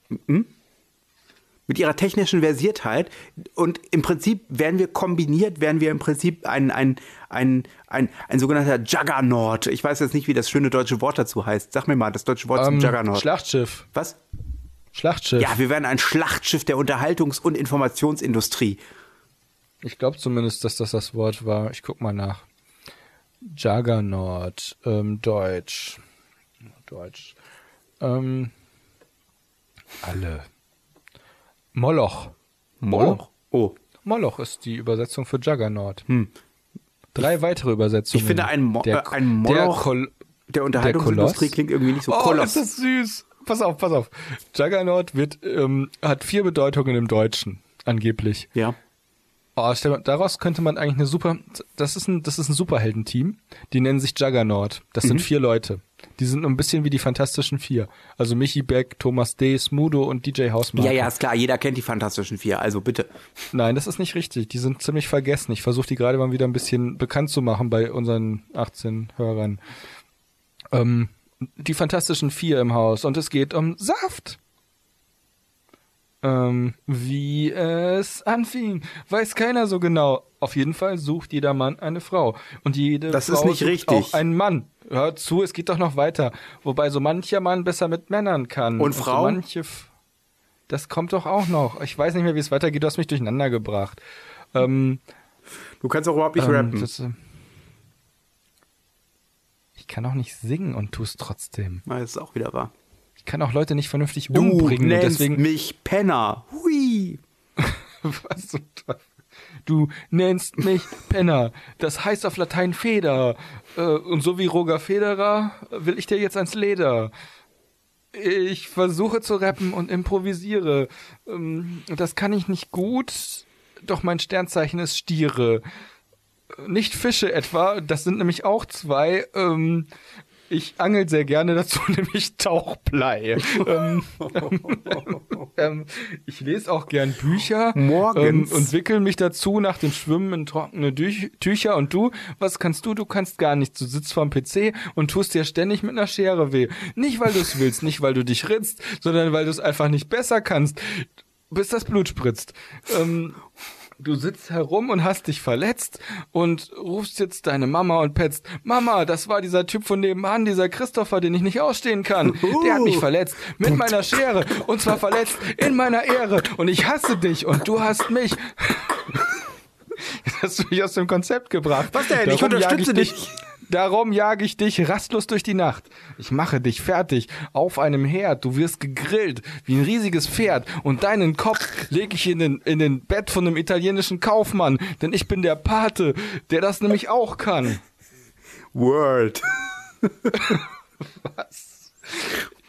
mit ihrer technischen Versiertheit. Und im Prinzip werden wir kombiniert, werden wir im Prinzip ein, ein, ein, ein, ein sogenannter Juggernaut. Ich weiß jetzt nicht, wie das schöne deutsche Wort dazu heißt. Sag mir mal das deutsche Wort zum
Ähm,
Juggernaut.
Schlachtschiff.
Was?
Äh, Schlachtschiff.
Ja, wir werden ein Schlachtschiff der Unterhaltungs- und Informationsindustrie.
Ich glaube zumindest, dass das das Wort war. Ich guck mal nach. Juggernaut, ähm, Deutsch. Deutsch. Ähm, alle. Moloch.
Moloch? Oh.
Moloch ist die Übersetzung für Juggernaut. Drei weitere Übersetzungen.
Ich finde ein, Mo
Der-
äh, ein
der
Moloch der,
Kol-
Unterhaltungsindustrie
Koloss?
klingt irgendwie nicht so.
Oh, ist
Koloss.
das süß. Pass auf, pass auf. Juggernaut wird, ähm, hat vier Bedeutungen im Deutschen, angeblich.
ja.
Oh, stell mal, daraus könnte man eigentlich eine super. Das ist ein, das ist ein Superheldenteam. Die nennen sich Juggernaut. Das
Mhm.
sind vier Leute. Die sind ein bisschen wie die Fantastischen Vier. Also Michi Beck, Thomas D., Smudo und DJ Hausmann.
ja, ja, ist klar, jeder kennt die Fantastischen Vier, also bitte.
Nein, das ist nicht richtig. Die sind ziemlich vergessen. Ich versuche die gerade mal wieder ein bisschen bekannt zu machen bei unseren 18 Hörern. Ähm, die Fantastischen Vier im Haus. Und es geht um Saft. Ähm, wie es anfing, weiß keiner so genau. Auf jeden Fall sucht jeder Mann eine Frau. Und jede
Das
Frau
ist nicht
sucht
richtig.
auch einen Mann. Hör zu, es geht doch noch weiter. Wobei so mancher Mann besser mit Männern kann.
Und
So
Frauen?
manche F- das kommt doch auch noch. Ich weiß nicht mehr, wie es weitergeht. Du hast mich durcheinander gebracht. Ähm,
Du kannst auch überhaupt nicht
ähm,
rappen.
das, äh, ich kann auch nicht singen und tue es trotzdem.
Ja, Das ist auch wieder wahr.
Ich kann auch Leute nicht vernünftig
Du
umbringen. und
nennst
deswegen,
mich Penner. Hui.
was zum Teufel? Du nennst mich Penner. Das heißt auf Latein Feder. Äh, und so wie Roger Federer äh, will ich dir jetzt ans Leder. Ich versuche zu rappen und improvisiere. Ähm, das kann ich nicht gut, doch mein Sternzeichen ist Stiere. Nicht Fische etwa, das sind nämlich auch zwei. Ähm, ich angel sehr gerne dazu, nämlich Tauchblei. ähm, ähm, ich lese auch gern Bücher Ähm,
Morgens.
und wickel mich dazu nach dem Schwimmen in trockene Tüch Tücher. Und du, was kannst du? Du kannst gar nichts. Du sitzt vorm PC und tust dir ständig mit einer Schere weh. Nicht, weil du es willst, nicht, weil du dich ritzt, sondern weil du es einfach nicht besser kannst, bis das Blut spritzt. Ähm, Du sitzt herum und hast dich verletzt und rufst jetzt deine Mama und petzt. Mama, das war dieser Typ von nebenan, dieser Christopher, den ich nicht ausstehen kann. Der hat mich verletzt mit meiner Schere und zwar verletzt in meiner Ehre und ich hasse dich und du hast mich. Das hast du mich aus dem Konzept gebracht.
Was denn? Ich
jag
unterstütze dich.
Darum jage ich dich rastlos durch die Nacht. Ich mache dich fertig auf einem Herd. Du wirst gegrillt wie ein riesiges Pferd. Und deinen Kopf lege ich in den, in den Bett von einem italienischen Kaufmann. Denn ich bin der Pate, der das nämlich auch kann.
World.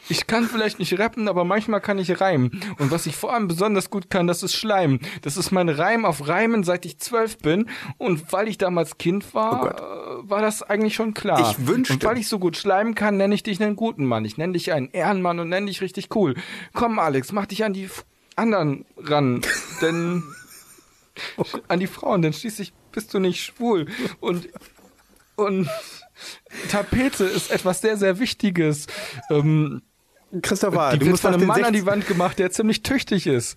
Ich kann vielleicht nicht rappen, aber manchmal kann ich reimen. Und was ich vor allem besonders gut kann, das ist Schleim. Das ist mein Reim auf Reimen, seit ich zwölf bin. Und weil ich damals Kind
Oh
war,
Gott.
äh, war das eigentlich schon klar.
Ich wünschte-
Und weil ich so gut schleimen kann, nenne ich dich einen guten Mann. Ich nenne dich einen Ehrenmann und nenne dich richtig cool. Komm, Alex, mach dich an die F- anderen ran. denn an die Frauen, denn schließlich bist du nicht schwul. Und und Tapete ist etwas sehr, sehr Wichtiges. Ähm,
Christopher,
Die
Ah, du
wird
musst,
von
nach
einem
den
Mann an
16,
die Wand gemacht, der ziemlich tüchtig ist.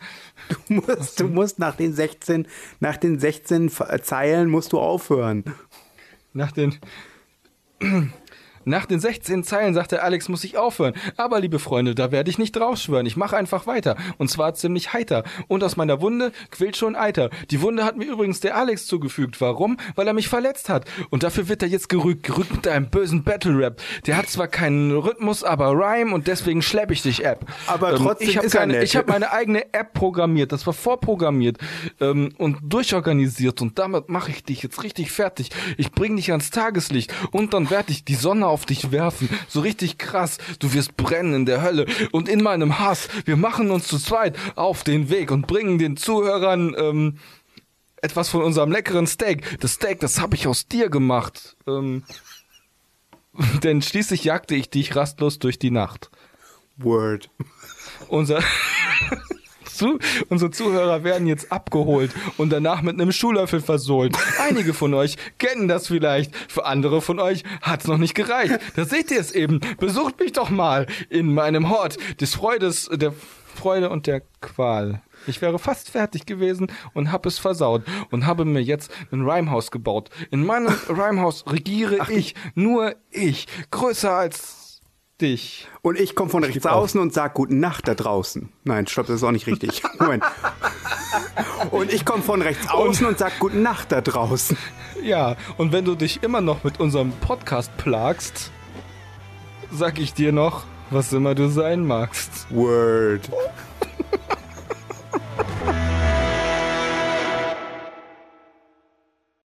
du, musst, du musst nach den 16, nach den 16 Fe- Zeilen musst du aufhören.
Nach den, nach den 16 Zeilen sagte Alex, muss ich aufhören. Aber liebe Freunde, da werde ich nicht draufschwören. Ich mache einfach weiter. Und zwar ziemlich heiter. Und aus meiner Wunde quillt schon Eiter. Die Wunde hat mir übrigens der Alex zugefügt. Warum? Weil er mich verletzt hat. Und dafür wird er jetzt gerügt. Gerügt mit einem bösen Battle-Rap. Der hat zwar keinen Rhythmus, aber Rhyme und deswegen schlepp ich dich, App. Ähm,
Aber trotzdem
ich habe
ist er
keine,
nett.
ich habe meine eigene App programmiert. Das war vorprogrammiert ähm, und durchorganisiert. Und damit mache ich dich jetzt richtig fertig. Ich bringe dich ans Tageslicht und dann werde ich die Sonne auf dich werfen. So richtig krass. Du wirst brennen in der Hölle und in meinem Hass. Wir machen uns zu zweit auf den Weg und bringen den Zuhörern ähm, etwas von unserem leckeren Steak. Das Steak, das habe ich aus dir gemacht. Ähm, denn schließlich jagte ich dich rastlos durch die Nacht
Word.
unser Zu, unsere Zuhörer werden jetzt abgeholt und danach mit einem Schuhlöffel versohlt. Einige von euch kennen das vielleicht. Für andere von euch hat's noch nicht gereicht. Da seht ihr es eben. Besucht mich doch mal in meinem Hort des Freudes, der Freude und der Qual. Ich wäre fast fertig gewesen und hab es versaut und habe mir jetzt ein Rhymehaus gebaut. In meinem Rhymehaus regiere ich, nur ich, größer als dich.
Und ich komme von rechts außen und sag Guten Nacht da draußen. Nein, stopp, das ist auch nicht richtig. Moment. Und ich komme von rechts außen und sag Guten Nacht da draußen.
Ja, und wenn du dich immer noch mit unserem Podcast plagst, sag ich dir noch, was immer du sein magst.
Word.